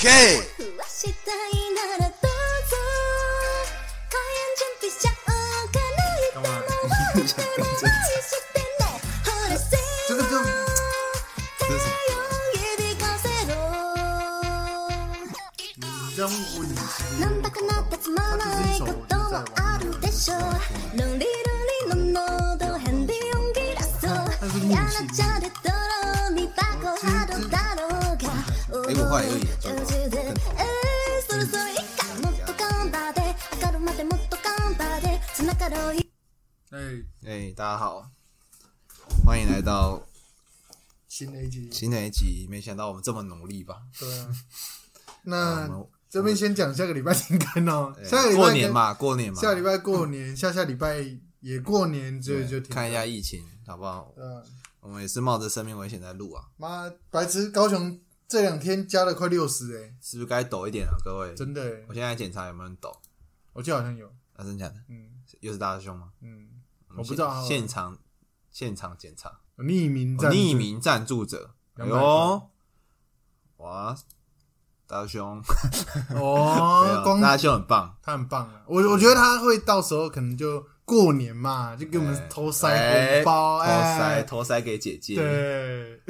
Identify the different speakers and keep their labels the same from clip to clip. Speaker 1: K。
Speaker 2: ふわしたいならどうぞ今夜準備しちゃおうか
Speaker 3: 干
Speaker 2: な
Speaker 3: 嘛？
Speaker 2: 言ったのは愛してねほらせ
Speaker 1: 这个就
Speaker 2: 手を指かせろ
Speaker 3: 你这样问我你是不
Speaker 2: な
Speaker 3: 是
Speaker 2: んだかなってつまらないこともあるでしょロンリロリの喉ヘンディオンギラストやらちゃでドローにバコハドだろうが
Speaker 1: 哎我画也有野兽
Speaker 2: えーそろそろいいかもっと頑張って明るまでもっと頑張ってつながろうよ
Speaker 3: 哎，
Speaker 1: 哎、大家好，欢迎来到
Speaker 4: 新的一集。
Speaker 1: 新的一集。没想到我们这么努力吧？
Speaker 4: 对啊，
Speaker 1: 我
Speaker 4: 那
Speaker 1: 们
Speaker 4: 这边先讲下个礼拜停更 哦
Speaker 1: 哎，
Speaker 4: 下个礼拜
Speaker 1: 过年，嘛，过年嘛，
Speaker 4: 下礼拜过年，下下礼拜也过年，所
Speaker 1: 对
Speaker 4: 以就停更
Speaker 1: 看一下。疫情好不好？
Speaker 4: 对啊，
Speaker 1: 我们也是冒着生命危险在录啊，
Speaker 4: 妈，白痴，高雄这两天加了快六十哎，
Speaker 1: 是不是该抖一点了、各位？
Speaker 4: 真的哎
Speaker 1: 我，现在检查有没有人抖，
Speaker 4: 我记得好像有，
Speaker 1: 啊，真假的？
Speaker 4: 嗯
Speaker 1: 又是大师兄吗？
Speaker 4: 嗯，
Speaker 1: 我
Speaker 4: 我
Speaker 1: 们
Speaker 4: 不知道啊
Speaker 1: 现现场现场检查，
Speaker 4: 有匿名
Speaker 1: 哦
Speaker 4: 赞助，
Speaker 1: 匿名赞助者，哎
Speaker 4: 200
Speaker 1: 呦，哇，大师兄， 没有
Speaker 4: 哦，光
Speaker 1: 大师兄很棒。
Speaker 4: 他很棒啊，我我觉得他会到时候可能就过年嘛，就给我们偷塞红包，
Speaker 1: 哎
Speaker 4: 哎，
Speaker 1: 偷塞偷塞给姐姐，
Speaker 4: 对。
Speaker 1: 对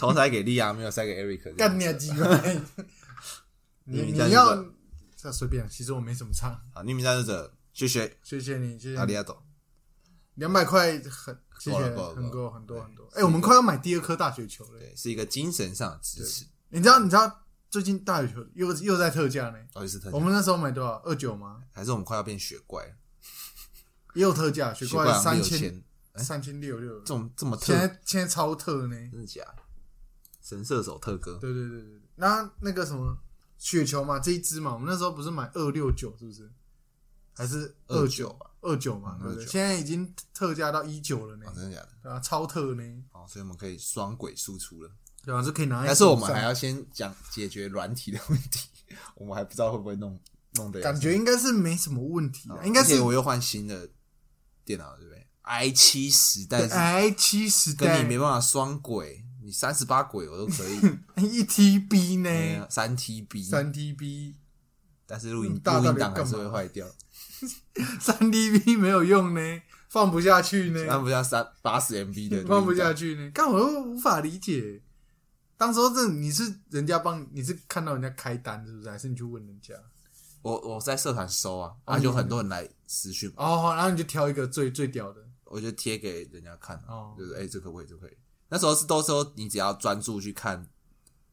Speaker 1: 偷塞给莉亚，没有塞给 Eric。
Speaker 4: 干你啊鸡 巴！
Speaker 1: 匿
Speaker 4: 你
Speaker 1: 名赞
Speaker 4: 你
Speaker 1: 助
Speaker 4: 要
Speaker 1: 者
Speaker 4: 这随便，其实我没什么差，
Speaker 1: 好，匿名赞助者，谢谢
Speaker 4: 谢谢你，谢谢
Speaker 1: 阿里
Speaker 4: 你。
Speaker 1: 亚斗。
Speaker 4: 两百块很谢谢，
Speaker 1: 够了够了
Speaker 4: 很
Speaker 1: 够
Speaker 4: 多
Speaker 1: 了
Speaker 4: 很多很多。
Speaker 1: 对
Speaker 4: 哎，我们快要买第二颗大雪球了。
Speaker 1: 对，是一个精神上的支持，
Speaker 4: 你知道你知道最近大雪球又又在特价呢。
Speaker 1: 到底是特
Speaker 4: 我们那时候买多少？二九吗？
Speaker 1: 还是我们快要变雪怪了？
Speaker 4: 也有特价，雪
Speaker 1: 雪怪
Speaker 4: 怪
Speaker 1: 好像
Speaker 4: 三
Speaker 1: 六
Speaker 4: 千
Speaker 1: 千，哎
Speaker 4: 三千六六
Speaker 1: 这。种这么特
Speaker 4: 现，在现在超特呢。
Speaker 1: 真的假的？神射手特哥，
Speaker 4: 对对对对。那那个什么雪球嘛，这一支嘛，我们那时候不是买二六九是不是？还是二
Speaker 1: 29
Speaker 4: 九二九嘛，
Speaker 1: 嗯
Speaker 4: 对不对？
Speaker 1: 29
Speaker 4: 现在已经特价到一九了呢
Speaker 1: 哦，，真的假的？
Speaker 4: 对啊，超特呢，
Speaker 1: 哦，所以我们可以双轨输出了。
Speaker 4: 对啊，是可以拿来
Speaker 1: 但
Speaker 4: 手上。
Speaker 1: 是我们还要先讲解决软体的问题，我们还不知道会不会弄弄的
Speaker 4: 感觉应该是没什么问题啊，应该
Speaker 1: 哦而
Speaker 4: 是
Speaker 1: 且我又换新的电脑了，对不对？i 七时代是
Speaker 4: i 哎七时
Speaker 1: 跟
Speaker 4: 代
Speaker 1: 你没办法双轨，你三十八轨我都 可以，
Speaker 4: 一 TB
Speaker 1: 没
Speaker 4: 呢
Speaker 1: 有，三 TB，
Speaker 4: 哎三 TB
Speaker 1: 但是录音
Speaker 4: 大
Speaker 1: 录
Speaker 4: 到
Speaker 1: 音
Speaker 4: 底
Speaker 1: 档还
Speaker 4: 干
Speaker 1: 是
Speaker 4: 嘛
Speaker 1: 会坏掉，
Speaker 4: 三 TB 没有用呢，放不下去
Speaker 1: 那
Speaker 4: 呢，
Speaker 1: 不像三八十 MB 的录音档，
Speaker 4: 放不下去呢，但我又无法理解。当时候这你是人家帮你是看到人家开单是不是？还是你去问人家？
Speaker 1: 我我在社团收啊，啊，
Speaker 4: 哦
Speaker 1: 有很多人来私讯，
Speaker 4: 哦，然后你就挑一个最最屌的，
Speaker 1: 我就贴给人家看啊
Speaker 4: 哦，
Speaker 1: 就是哎，这可不可以，这可以。那时候是都说你只要专注去看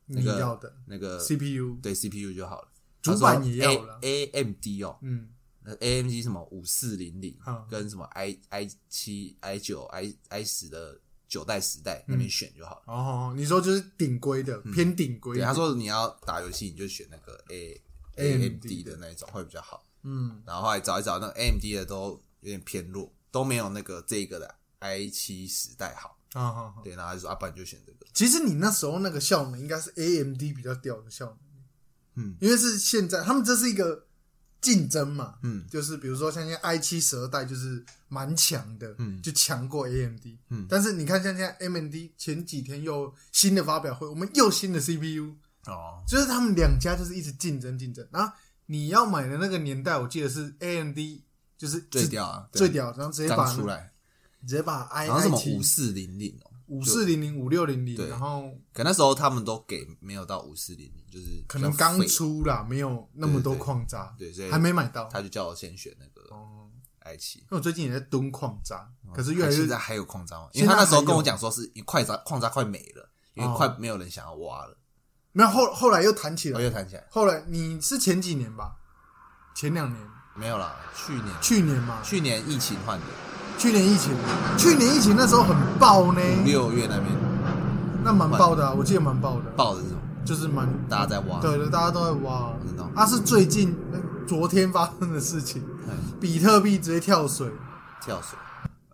Speaker 1: 那
Speaker 4: 你
Speaker 1: 个
Speaker 4: 要的
Speaker 1: 那个
Speaker 4: CPU，
Speaker 1: 对 CPU 就好了，
Speaker 4: 主板也要了。
Speaker 1: ，AMD 哦，
Speaker 4: 嗯，
Speaker 1: 那 AMG 什么五四零零
Speaker 4: 好
Speaker 1: 跟什么 i i 七 i 九 i i 十的九代时代那边
Speaker 4: 嗯
Speaker 1: 选就好了。
Speaker 4: 哦，你说就是顶规的，偏顶规
Speaker 1: 嗯对，
Speaker 4: 的。
Speaker 1: 他说你要打游戏，你就选那个 A AMD
Speaker 4: AMD
Speaker 1: 的那一种会比较好。
Speaker 4: 嗯，
Speaker 1: 然后后来找一找，那个 AMD 的都有点偏弱，都没有那个这个的 i 七时代好。
Speaker 4: 好好好。
Speaker 1: 对，然后他就说啊，不然你就选这个。
Speaker 4: 哦其实你那时候那个效能应该是 AMD 比较屌的效能，
Speaker 1: 嗯
Speaker 4: 因为是现在他们这是一个竞争嘛，
Speaker 1: 嗯
Speaker 4: 就是比如说像现在 i 七十二代就是蛮强的，
Speaker 1: 嗯
Speaker 4: 就强过 AMD。
Speaker 1: 嗯
Speaker 4: 但是你看像现在 AMD 前几天又新的发表会，我们又新的 CPU，
Speaker 1: 哦，
Speaker 4: 就是他们两家就是一直竞争竞争。然后你要买的那个年代，我记得是 AMD，就是
Speaker 1: 最屌啊，对
Speaker 4: 最屌，然后直接把
Speaker 1: 刚出来，
Speaker 4: 直接把 i
Speaker 1: 然后什
Speaker 4: i
Speaker 1: 么
Speaker 4: t
Speaker 1: 五四零零哦，
Speaker 4: 五四零零五六零
Speaker 1: 对
Speaker 4: 零，然后
Speaker 1: 可那时候他们都给没有到五四零零，就是
Speaker 4: 可能
Speaker 1: 比较
Speaker 4: 刚
Speaker 1: 废
Speaker 4: 出啦，没有那么
Speaker 1: 对
Speaker 4: 多
Speaker 1: 对对
Speaker 4: 矿渣，
Speaker 1: 对，所以
Speaker 4: 还没买到。
Speaker 1: 他就叫我先选那个
Speaker 4: 哦，
Speaker 1: 爱奇艺。
Speaker 4: 因为我最近也在蹲矿渣，可是越来
Speaker 1: 哎现
Speaker 4: 越
Speaker 1: 在哦还有矿渣吗？因为
Speaker 4: 现在
Speaker 1: 他那时候
Speaker 4: 还有
Speaker 1: 跟我讲说是快渣矿渣快没了，因为
Speaker 4: 哦
Speaker 1: 快没有人想要挖了，
Speaker 4: 没有后后来又弹起
Speaker 1: 然后
Speaker 4: 来。
Speaker 1: 又弹起来，
Speaker 4: 后来你是前几年吧？前两年，
Speaker 1: 没有啦，去年
Speaker 4: 去年嘛，去
Speaker 1: 去年疫情换的，
Speaker 4: 去年疫情，去年疫情那时候很爆呢，
Speaker 1: 六月那边
Speaker 4: 那蛮爆的啊，我记得蛮爆的，
Speaker 1: 爆的这种，
Speaker 4: 就是蛮
Speaker 1: 大家在挖，
Speaker 4: 对的，大家都在挖
Speaker 1: 真的哦。
Speaker 4: 啊，是最近那昨天发生的事情，
Speaker 1: 嗯
Speaker 4: 比特币直接跳水，
Speaker 1: 跳水，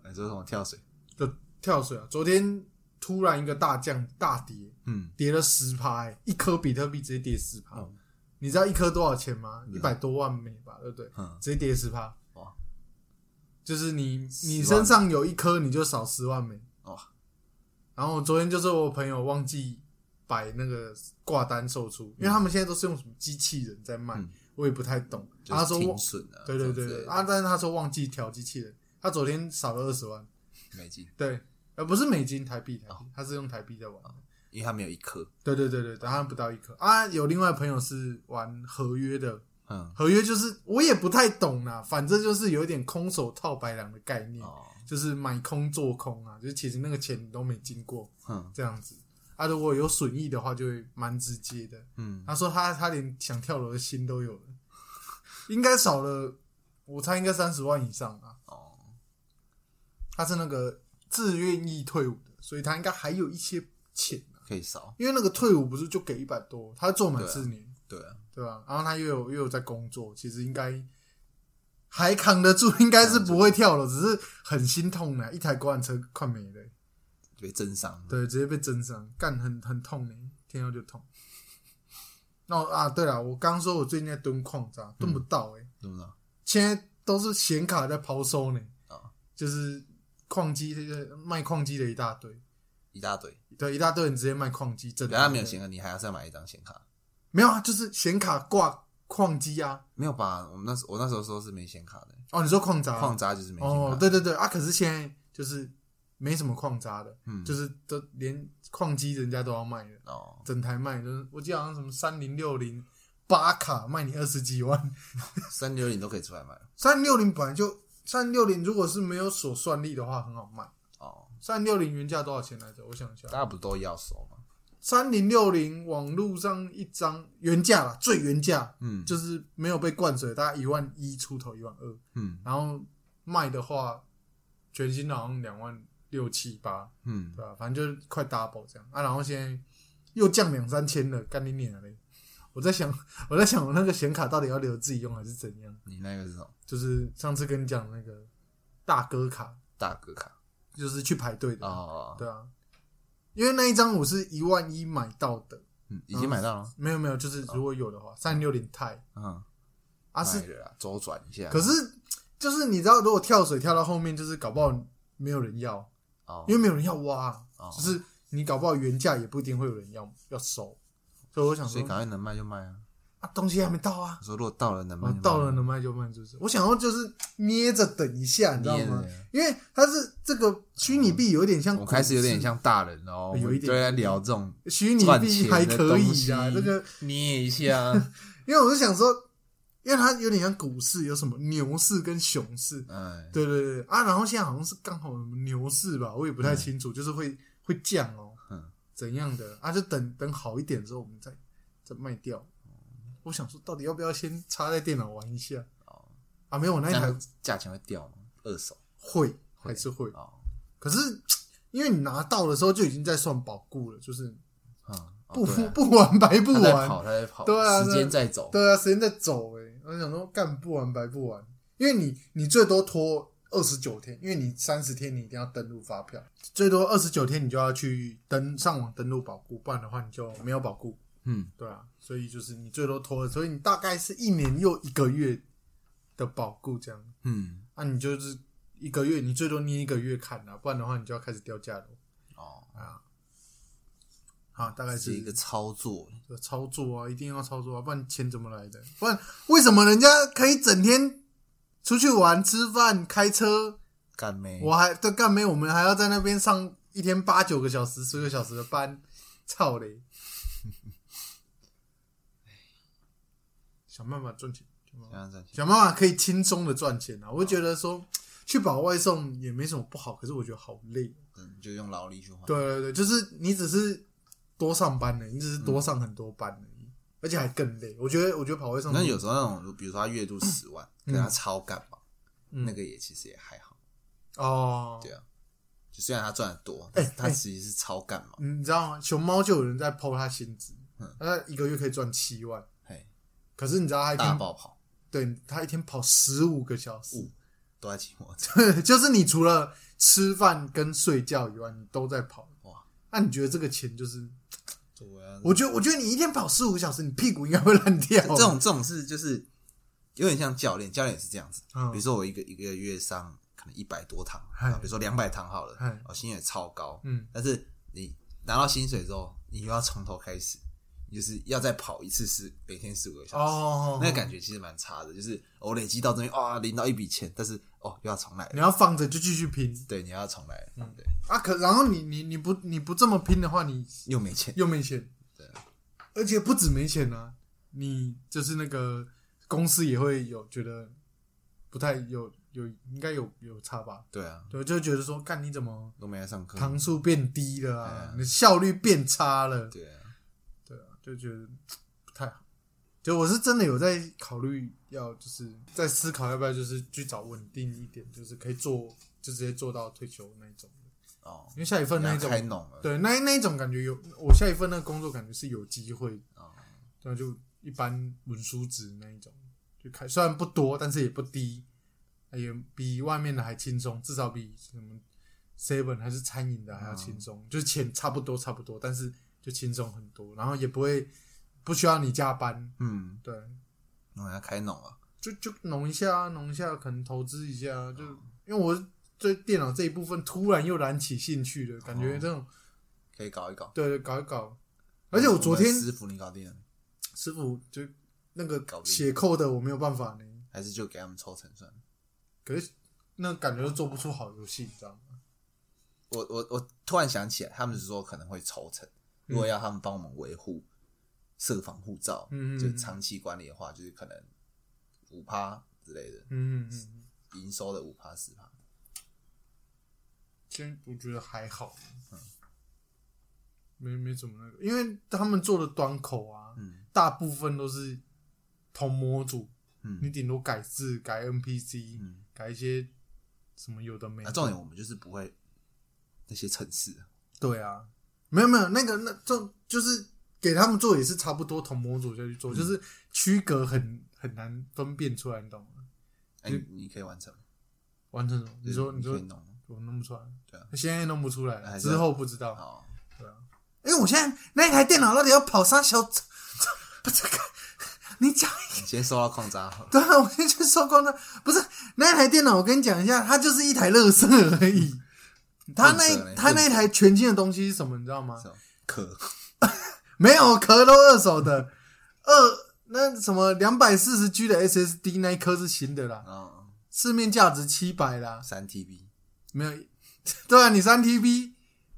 Speaker 1: 哎，这是什么跳水？
Speaker 4: 就跳水啊！昨天突然一个大降大跌，
Speaker 1: 嗯，
Speaker 4: 跌了十趴、欸，一颗比特币直接跌十趴、
Speaker 1: 哦
Speaker 4: 你知道一颗多少钱吗？
Speaker 1: 不
Speaker 4: 一
Speaker 1: 知道
Speaker 4: 百多万美吧，对不对？
Speaker 1: 嗯
Speaker 4: 直接跌十趴，
Speaker 1: 哇
Speaker 4: 就是你你
Speaker 1: 10万
Speaker 4: 身上
Speaker 1: 哦
Speaker 4: 有一颗，你就少十万美。
Speaker 1: 哇，
Speaker 4: 然后我昨天就是我朋友忘记摆那个挂单售出，因为他们现在都是用什么机器人在卖，
Speaker 1: 嗯
Speaker 4: 我也不太懂。
Speaker 1: 就
Speaker 4: 啊他
Speaker 1: 是
Speaker 4: 说
Speaker 1: 停
Speaker 4: 忘，
Speaker 1: 损啊，
Speaker 4: 对对对对，啊，
Speaker 1: 啊，
Speaker 4: 但是他说忘记调机器人，他昨天少了二十万，
Speaker 1: 美金，
Speaker 4: 对，呃，不是美金，台币，台币，
Speaker 1: 哦
Speaker 4: 他是用台币在玩的。
Speaker 1: 因为它没有一颗，
Speaker 4: 对对对对，当然不到一颗啊。有另外朋友是玩合约的，
Speaker 1: 嗯，
Speaker 4: 合约就是我也不太懂啦，反正就是有一点空手套白狼的概念，
Speaker 1: 哦，
Speaker 4: 就是买空做空啊，就是其实那个钱你都没经过
Speaker 1: 嗯
Speaker 4: 这样子。啊，如果有损益的话，就会蛮直接的。
Speaker 1: 嗯，
Speaker 4: 他说他他连想跳楼的心都有了，应该少了，我猜应该三十万以上啊。
Speaker 1: 哦，
Speaker 4: 他是那个自愿意退伍的，所以他应该还有一些钱啊、
Speaker 1: 可以少，
Speaker 4: 因为那个退伍不是就给一百多，他做满
Speaker 1: 对啊
Speaker 4: 四年，
Speaker 1: 对啊，
Speaker 4: 对吧、然后他又有又有在工作，其实应该还扛得住，应该是不会跳了，只是很心痛啊呢。一台国产车快没了、
Speaker 1: 被增伤，
Speaker 4: 对，直接被蒸伤，干很很痛呢、欸听到就痛。那我啊，对了，我刚说我最近在蹲矿渣，蹲不到哎、
Speaker 1: 怎么了？
Speaker 4: 现在都是显卡在抛售呢、
Speaker 1: 啊
Speaker 4: 就是矿机这个卖矿机的一大堆，
Speaker 1: 一大堆，
Speaker 4: 对，一大堆人直接卖矿机，真的
Speaker 1: 等下没有显卡，你还要再买一张显卡。
Speaker 4: 没有啊，就是显卡挂矿机啊。
Speaker 1: 没有吧？我们那时我那时候说是没显卡的，
Speaker 4: 哦，你说矿渣？
Speaker 1: 矿渣就是没显卡。
Speaker 4: 哦，对对对啊！可是现在就是没什么矿渣的，
Speaker 1: 嗯
Speaker 4: 就是都连矿机人家都要卖了，
Speaker 1: 哦，
Speaker 4: 整台卖，就是我记得好像什么三零六零八卡卖你二十几万，
Speaker 1: 三六零都可以出来买
Speaker 4: 三六零本来就三六零如果是没有锁算力的话很好卖，
Speaker 1: 哦，
Speaker 4: 三六零原价多少钱来着？我想一下
Speaker 1: 大，家不都要收吗？
Speaker 4: 三零六零网络上一张原价啦，最原价
Speaker 1: 嗯，
Speaker 4: 就是没有被灌水，大概一万一出头，一万二，
Speaker 1: 嗯
Speaker 4: 然后卖的话，全新的好像两万六七八。
Speaker 1: 嗯
Speaker 4: 对吧、反正就是快 double 这样啊，然后现在又降两三千了，干你娘嘞！我在想， 我在想我那个显卡到底要留自己用还是怎样？
Speaker 1: 你那个是什么？
Speaker 4: 就是上次跟你讲那个大哥卡，
Speaker 1: 大哥卡
Speaker 4: 就是去排队的，
Speaker 1: 哦，
Speaker 4: 对啊，因为那一张我是一万一买到的，
Speaker 1: 嗯，已经买到了，
Speaker 4: 没有没有，就是如果有的话，三六零钛
Speaker 1: 嗯，
Speaker 4: 啊
Speaker 1: 哦买
Speaker 4: 是，
Speaker 1: 了啦，周转一下。
Speaker 4: 可是就是你知道，如果跳水跳到后面，就是搞不好没有人要，
Speaker 1: 哦，
Speaker 4: 因为没有人要挖，
Speaker 1: 哦
Speaker 4: 就是你搞不好原价也不一定会有人要要收，所以我想
Speaker 1: 所
Speaker 4: 说
Speaker 1: 以赶快能卖就卖啊。
Speaker 4: 啊，东西还没到啊
Speaker 1: 我，说如果到了能卖
Speaker 4: 我
Speaker 1: 就卖，
Speaker 4: 哦到了能卖就卖，就是我想要就是捏着等一下，你知道吗
Speaker 1: 捏着？
Speaker 4: 因为它是这个虚拟币有一点像股
Speaker 1: 我
Speaker 4: 市，
Speaker 1: 开始有点像大人哦，
Speaker 4: 哎有一点
Speaker 1: 我们都在聊这种
Speaker 4: 虚拟
Speaker 1: 赚
Speaker 4: 币
Speaker 1: 钱
Speaker 4: 还
Speaker 1: 的
Speaker 4: 可
Speaker 1: 东
Speaker 4: 以
Speaker 1: 西
Speaker 4: 啊，这个
Speaker 1: 捏一 下，
Speaker 4: 因为我是想说，因为它有点像股市，有什么牛市跟熊市，
Speaker 1: 哎，
Speaker 4: 对对对啊，然后现在好像是刚好有牛市吧，我也不太清楚，就是会会降哦，
Speaker 1: 嗯
Speaker 4: 怎样的啊？就等等好一点之后，我们再再卖掉。我想说，到底要不要先插在电脑玩一下
Speaker 1: 哦，
Speaker 4: 啊？没有，我那
Speaker 1: 这
Speaker 4: 一台
Speaker 1: 样价钱会掉吗？二手
Speaker 4: 会还是会，
Speaker 1: 哦，
Speaker 4: 可是因为你拿到的时候就已经在算保固了，就是
Speaker 1: 嗯，
Speaker 4: 不、
Speaker 1: 哦对啊
Speaker 4: 不玩白不
Speaker 1: 他在
Speaker 4: 玩，
Speaker 1: 跑，他在跑，
Speaker 4: 对啊
Speaker 1: 时间在走，
Speaker 4: 对啊，时间在走哎、我想说，干不玩白不玩，因为你你最多拖二十九天，因为你三十天你一定要登录发票，最多二十九天你就要去登上网登录保固，不然的话你就没有保固。
Speaker 1: 嗯，
Speaker 4: 对啊，所以就是你最多拖了，所以你大概是一年又一个月的保固这样。
Speaker 1: 嗯，
Speaker 4: 啊，你就是一个月，你最多捏一个月看啊，不然的话你就要开始掉价了。
Speaker 1: 哦，
Speaker 4: 啊，大概
Speaker 1: 是
Speaker 4: 是
Speaker 1: 一个操作，
Speaker 4: 操作啊，一定要操作啊，不然钱怎么来的？不然为什么人家可以整天出去玩、吃饭、开车，
Speaker 1: 干妹，
Speaker 4: 我还对干没我们还要在那边上一天八九个小时、十个小时的班，操嘞！想办法赚钱，想办法
Speaker 1: 这样赚钱，
Speaker 4: 想办法可以轻松的赚钱啊！我就觉得说去跑外送也没什么不好，可是我觉得好累。
Speaker 1: 嗯，就用劳力去换，
Speaker 4: 对对对，就是你只是多上班了，你只是多上很多班而已，而且还更累。我觉得，我觉得跑外送
Speaker 1: 那有时候那种，比如说他月入十万，可是他超干嘛，
Speaker 4: 嗯
Speaker 1: 那个也其实也还好，
Speaker 4: 哦，
Speaker 1: 对啊，就虽然他赚的多，
Speaker 4: 哎
Speaker 1: 但是他
Speaker 4: 哎嗯
Speaker 1: 其实是超干嘛，
Speaker 4: 你知道吗？熊猫就有人在剖他薪资
Speaker 1: 嗯，
Speaker 4: 他一个月可以赚七万，
Speaker 1: 嘿，
Speaker 4: 可是你知道他一
Speaker 1: 大
Speaker 4: 天
Speaker 1: 爆跑，
Speaker 4: 对他一天跑十五个小时
Speaker 1: 五，都在骑摩托车，
Speaker 4: 就是你除了吃饭跟睡觉以外，你都在跑。
Speaker 1: 哇，
Speaker 4: 那你觉得这个钱就是？
Speaker 1: 对啊，
Speaker 4: 我觉得，我觉得你一天跑十五小时，你屁股应该会烂掉。
Speaker 1: 这种这种事就是有点像教练，教练也是这样子。
Speaker 4: 嗯
Speaker 1: 比如说我一个一个月上可能一百多堂，
Speaker 4: 嗨
Speaker 1: 啊比如说两百堂好了
Speaker 4: 嗨，
Speaker 1: 我薪水超高，
Speaker 4: 嗯
Speaker 1: 但是你拿到薪水之后，你又要从头开始，你就是要再跑一次是每天四五个小时，
Speaker 4: 哦，
Speaker 1: 那个感
Speaker 4: 觉
Speaker 1: 觉其实蛮差的。就是我累积到这边啊，领到一笔钱，但是哦又要重来了，
Speaker 4: 你要放着就继续拼
Speaker 1: 对，你要重来了，对，
Speaker 4: 啊。可然后你你你不你不这么拼的话，你
Speaker 1: 又没钱，
Speaker 4: 又没钱，
Speaker 1: 对，
Speaker 4: 而且不止没钱啊，你就是那个公司也会有觉得不太有有应该有有差吧，
Speaker 1: 对啊，
Speaker 4: 对，就觉得说干你怎么
Speaker 1: 都没来上课，
Speaker 4: 堂数变低了啊，
Speaker 1: 嗯
Speaker 4: 你的效率变差了，
Speaker 1: 对啊，
Speaker 4: 对啊，就觉得不太好。就我是真的有在考虑，要就是在思考要不要就是去找稳定一点，就是可以做就直接做到退休那一种的。
Speaker 1: 哦
Speaker 4: 因，为下一份那一
Speaker 1: 要开
Speaker 4: 种，
Speaker 1: 农了，
Speaker 4: 对那那一种感觉有，我下一份那个工作感觉是有机会，
Speaker 1: 哦，
Speaker 4: 对啊，就一般文书职那一种，就开虽然不多，但是也不低，也比外面的还轻松，至少比什么 seven 还是餐饮的还要轻松，
Speaker 1: 哦
Speaker 4: 就是钱差不多差不多，但是就轻松很多，然后也不会不需要你加班，
Speaker 1: 嗯，
Speaker 4: 对，
Speaker 1: 我要开农了，
Speaker 4: 就就弄一下啊，弄一下，可能投资一下啊，就、
Speaker 1: 哦
Speaker 4: 因为我对电脑这一部分突然又燃起兴趣了，感觉
Speaker 1: 哦
Speaker 4: 这种、
Speaker 1: 可以搞一搞。
Speaker 4: 对对搞一搞，而且我昨天
Speaker 1: 们师傅你搞定了，
Speaker 4: 师傅就那
Speaker 1: 搞定
Speaker 4: 个写扣的我没有办法呢。
Speaker 1: 还是就给他们抽成算了。
Speaker 4: 可是那感觉就做不出好游戏，你知道吗？
Speaker 1: 我我我突然想起来，他们是说可能会抽成，如
Speaker 4: 嗯
Speaker 1: 果要他们帮我们维护设防护罩，
Speaker 4: 嗯嗯嗯
Speaker 1: 就长期管理的话，就是可能五趴之类的，
Speaker 4: 嗯嗯嗯，
Speaker 1: 营收的五趴十趴。
Speaker 4: 其实我觉得还好，
Speaker 1: 嗯
Speaker 4: 没没怎么那个，因为他们做的端口啊，
Speaker 1: 嗯
Speaker 4: 大部分都是同模组，你
Speaker 1: 嗯，
Speaker 4: 顶多改字、改 NPC、
Speaker 1: 嗯啊
Speaker 4: 改一些什么有的没
Speaker 1: 那、
Speaker 4: 的。
Speaker 1: 重点我们就是不会那些城市，
Speaker 4: 对啊，没有没有那个那这就是给他们做也是差不多同模组下去做，
Speaker 1: 嗯
Speaker 4: 就是区隔很很难分辨出来，你懂吗？
Speaker 1: 哎、你你可以完成吗，
Speaker 4: 完成什么？你说
Speaker 1: 就是嗯可
Speaker 4: 你说
Speaker 1: 以弄吗。
Speaker 4: 我弄不出来，
Speaker 1: 对啊
Speaker 4: 现在弄不出
Speaker 1: 还
Speaker 4: 来，
Speaker 1: 是
Speaker 4: 之后不知道。
Speaker 1: 好，
Speaker 4: 因为我现在那台电脑到底要跑啥小，不是， 你讲
Speaker 1: 你先收到控 渣好了。
Speaker 4: 对啊，我现在就收光了。不是那台电脑，我跟你讲一下，它就是一台垃圾而已。它
Speaker 1: 混色
Speaker 4: 那
Speaker 1: 嘞
Speaker 4: 它那台全新的东西是什么，你知道吗
Speaker 1: 是？吧可
Speaker 4: 没有壳都二手的，二那什么两百四十 G 的 SSD 那一颗是新的啦，
Speaker 1: 啊，
Speaker 4: 市面价值七百啦。
Speaker 1: 三 TB
Speaker 4: 没有， 对啊，你三 TB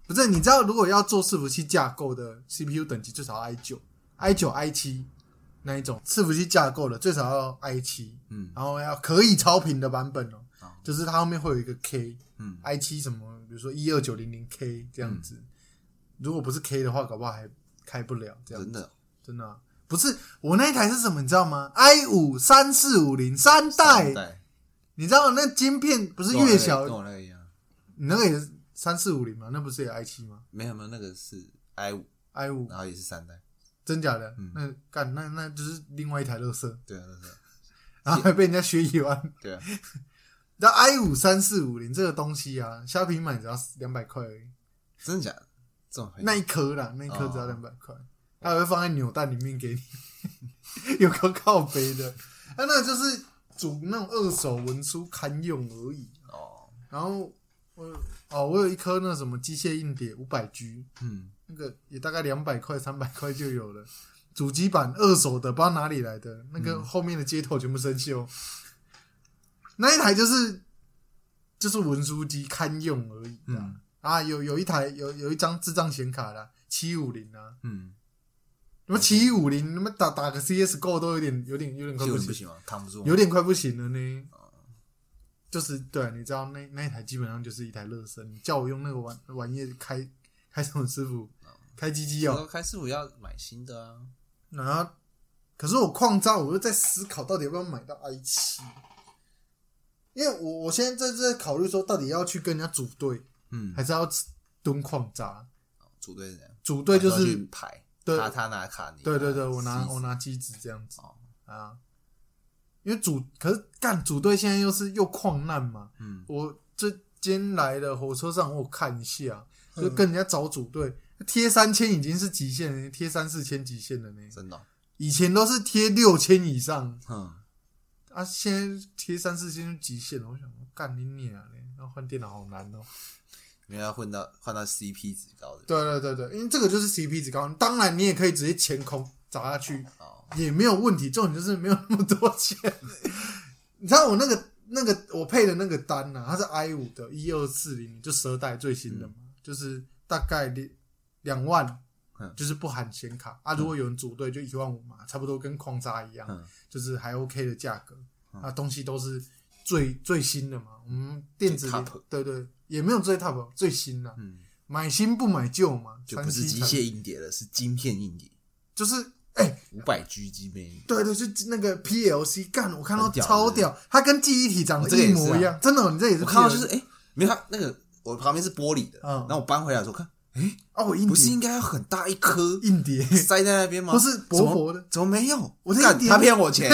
Speaker 4: 不是？你知道如果要做伺服器架构的 CPU 等级最少要 i 九、i 九、i 七那一种伺服器架构的最少要 i 七，
Speaker 1: 嗯
Speaker 4: 然后要可以超频的版本哦
Speaker 1: 哦，
Speaker 4: 就是它后面会有一个 K
Speaker 1: 嗯
Speaker 4: i 七什么，比如说一二九零零 K 这样子，如果不是 K 的话，搞不好还开不了这样
Speaker 1: 真
Speaker 4: 子，
Speaker 1: 的
Speaker 4: 真的啊、不是我那一台是什么，你知道吗？i 五三四五零三代，
Speaker 1: 对，
Speaker 4: 你知道那晶片不是
Speaker 1: 跟我那
Speaker 4: 越
Speaker 1: 个
Speaker 4: 小
Speaker 1: 跟我那个一样，
Speaker 4: 你那个也是三四五零嘛？那不是也 i 七吗
Speaker 1: 没有没有那个是 i 五，
Speaker 4: ？i 五
Speaker 1: 然后也是三代，
Speaker 4: 真假的？
Speaker 1: 啊嗯
Speaker 4: 那干那那就是另外一台乐色，
Speaker 1: 对啊，那是
Speaker 4: 然后还被人家学一万。
Speaker 1: 对啊，
Speaker 4: 那 i 五三四五零这个东西啊，虾皮买只要两百块而已，
Speaker 1: 真的假的？这种很
Speaker 4: 那一颗啦，那一颗只
Speaker 1: 哎
Speaker 4: 要
Speaker 1: 哦
Speaker 4: 两百块，它还会放在扭蛋里面给你， 有个靠背的。那那个就是煮那种二手文书堪用而已。
Speaker 1: 哦，
Speaker 4: 然后我哦，我有一颗那什么机械硬碟五百 G，
Speaker 1: 嗯，
Speaker 4: 那个也大概两百块、三百块就有了。主机版二手的，不知道哪里来的，那个后面的接头全部生锈。那一台就是就是文书机堪用而已啊。
Speaker 1: 嗯
Speaker 4: 啊，有有一台有有一张智障显卡啦，七五零啊，
Speaker 1: 嗯，
Speaker 4: 什么七五零，他妈打打个 CS GO 都有点有点有点快
Speaker 1: 就
Speaker 4: 不
Speaker 1: 是不
Speaker 4: 行，
Speaker 1: 行吗？扛不住吗，
Speaker 4: 有点快不行了呢。
Speaker 1: 啊
Speaker 4: 就是对，啊你知道那那一台基本上就是一台乐身，你叫我用那个玩玩意开开什么师傅
Speaker 1: 啊
Speaker 4: 开机机
Speaker 1: 有
Speaker 4: 哦
Speaker 1: 时，候开师傅要买新的啊，
Speaker 4: 然后，可是我矿渣，我又在思考到底要不要买到 i 七，因为我我现在在在考虑说，到底要去跟人家组队，
Speaker 1: 嗯
Speaker 4: 还，是要蹲矿渣？
Speaker 1: 组队是怎样？
Speaker 4: 组队就
Speaker 1: 还要去
Speaker 4: 是
Speaker 1: 排，
Speaker 4: 对
Speaker 1: 卡塔拿卡尼，
Speaker 4: 对对对，我拿
Speaker 1: 西
Speaker 4: 我拿机子这样子
Speaker 1: 哦，
Speaker 4: 啊，因为组可是干组队现在又是又矿难嘛，
Speaker 1: 嗯，
Speaker 4: 我这今天来的火车上我有看一下，就跟人家找组队。贴三千已经是极限了，贴三四千极限了呢。
Speaker 1: 真的哦，
Speaker 4: 以前都是贴六千以上，
Speaker 1: 哼，
Speaker 4: 啊，现在贴三四千就极限了。我想说干你娘嘞，要换电脑好难哦。
Speaker 1: 因为要混到换到 CP 值高的。
Speaker 4: 对对对对，因为这个就是 CP 值高，当然你也可以直接前空砸下去
Speaker 1: 哦，
Speaker 4: 也没有问题。重点就是没有那么多钱。你知道我那个那个我配的那个单啊呢、它是 i 五的一二四零，就十二代最新的嘛，就是大概两两万
Speaker 1: 嗯，
Speaker 4: 就是不含显卡啊。如果有人组队就一万五嘛，差不多跟框扎一样。
Speaker 1: 嗯，
Speaker 4: 就是还 OK 的价格，啊，东西都是最最新的嘛，我们电子
Speaker 1: 最
Speaker 4: 里
Speaker 1: top
Speaker 4: 对对，也没有最 top 最新的，
Speaker 1: 嗯，
Speaker 4: 买新不买旧嘛，
Speaker 1: 就不是
Speaker 4: 三 C
Speaker 1: 机
Speaker 4: 产
Speaker 1: 械硬碟了，是晶片硬碟，
Speaker 4: 就是。哎、
Speaker 1: 五百 G 晶片硬碟。
Speaker 4: 对对，就那个 PLC 干，我看到
Speaker 1: 很屌
Speaker 4: 超
Speaker 1: 是不是
Speaker 4: 屌，它跟记忆体长
Speaker 1: 哦
Speaker 4: 得
Speaker 1: 这个也
Speaker 4: 一
Speaker 1: 是
Speaker 4: 模一样，真的哦，你这也是
Speaker 1: 我看到
Speaker 4: PLC
Speaker 1: 就是哎、没有它那个我旁边是玻璃的，
Speaker 4: 嗯
Speaker 1: 然后我搬回来的时候看，
Speaker 4: 哦，我硬碟
Speaker 1: 不是应该要很大一颗
Speaker 4: 硬碟，
Speaker 1: 塞在那边吗？
Speaker 4: 不是薄
Speaker 1: 怎么
Speaker 4: 薄的
Speaker 1: 怎么没有？
Speaker 4: 我的
Speaker 1: 干
Speaker 4: 硬碟
Speaker 1: 他骗我 钱，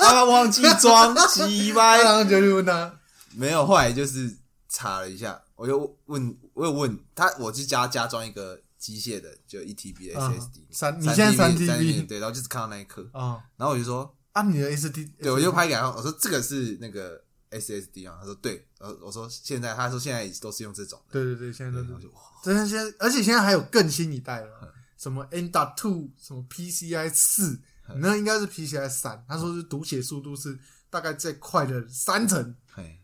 Speaker 1: 他忘记装，鸡掰
Speaker 4: 然后就去问他，
Speaker 1: 没有，后来就是查了一下，我又问，我有问他，我就加加装一个机械的，就一 TB 的
Speaker 4: 啊
Speaker 1: SSD，
Speaker 4: 三你现在
Speaker 1: 三
Speaker 4: 三
Speaker 1: TB 三
Speaker 4: TB
Speaker 1: 对，然后就是看到那一刻，
Speaker 4: 啊，
Speaker 1: 然后我就 说，
Speaker 4: 啊，你的 SD，
Speaker 1: 哦对，我就拍给他，我说这个是那个 SSD 啊，他说对，然后我说现在，他说现在都是用这种的，
Speaker 4: 对对对，现在都
Speaker 1: 然
Speaker 4: 是
Speaker 1: 后就哇
Speaker 4: 真的现在，而且现在还有更新一代
Speaker 1: 嗯
Speaker 4: 了，什么 N dot two，什么 PCI 四，
Speaker 1: 嗯
Speaker 4: 那应该是 PCI 三。他说是读写速度是大概最快的三成。
Speaker 1: 嘿，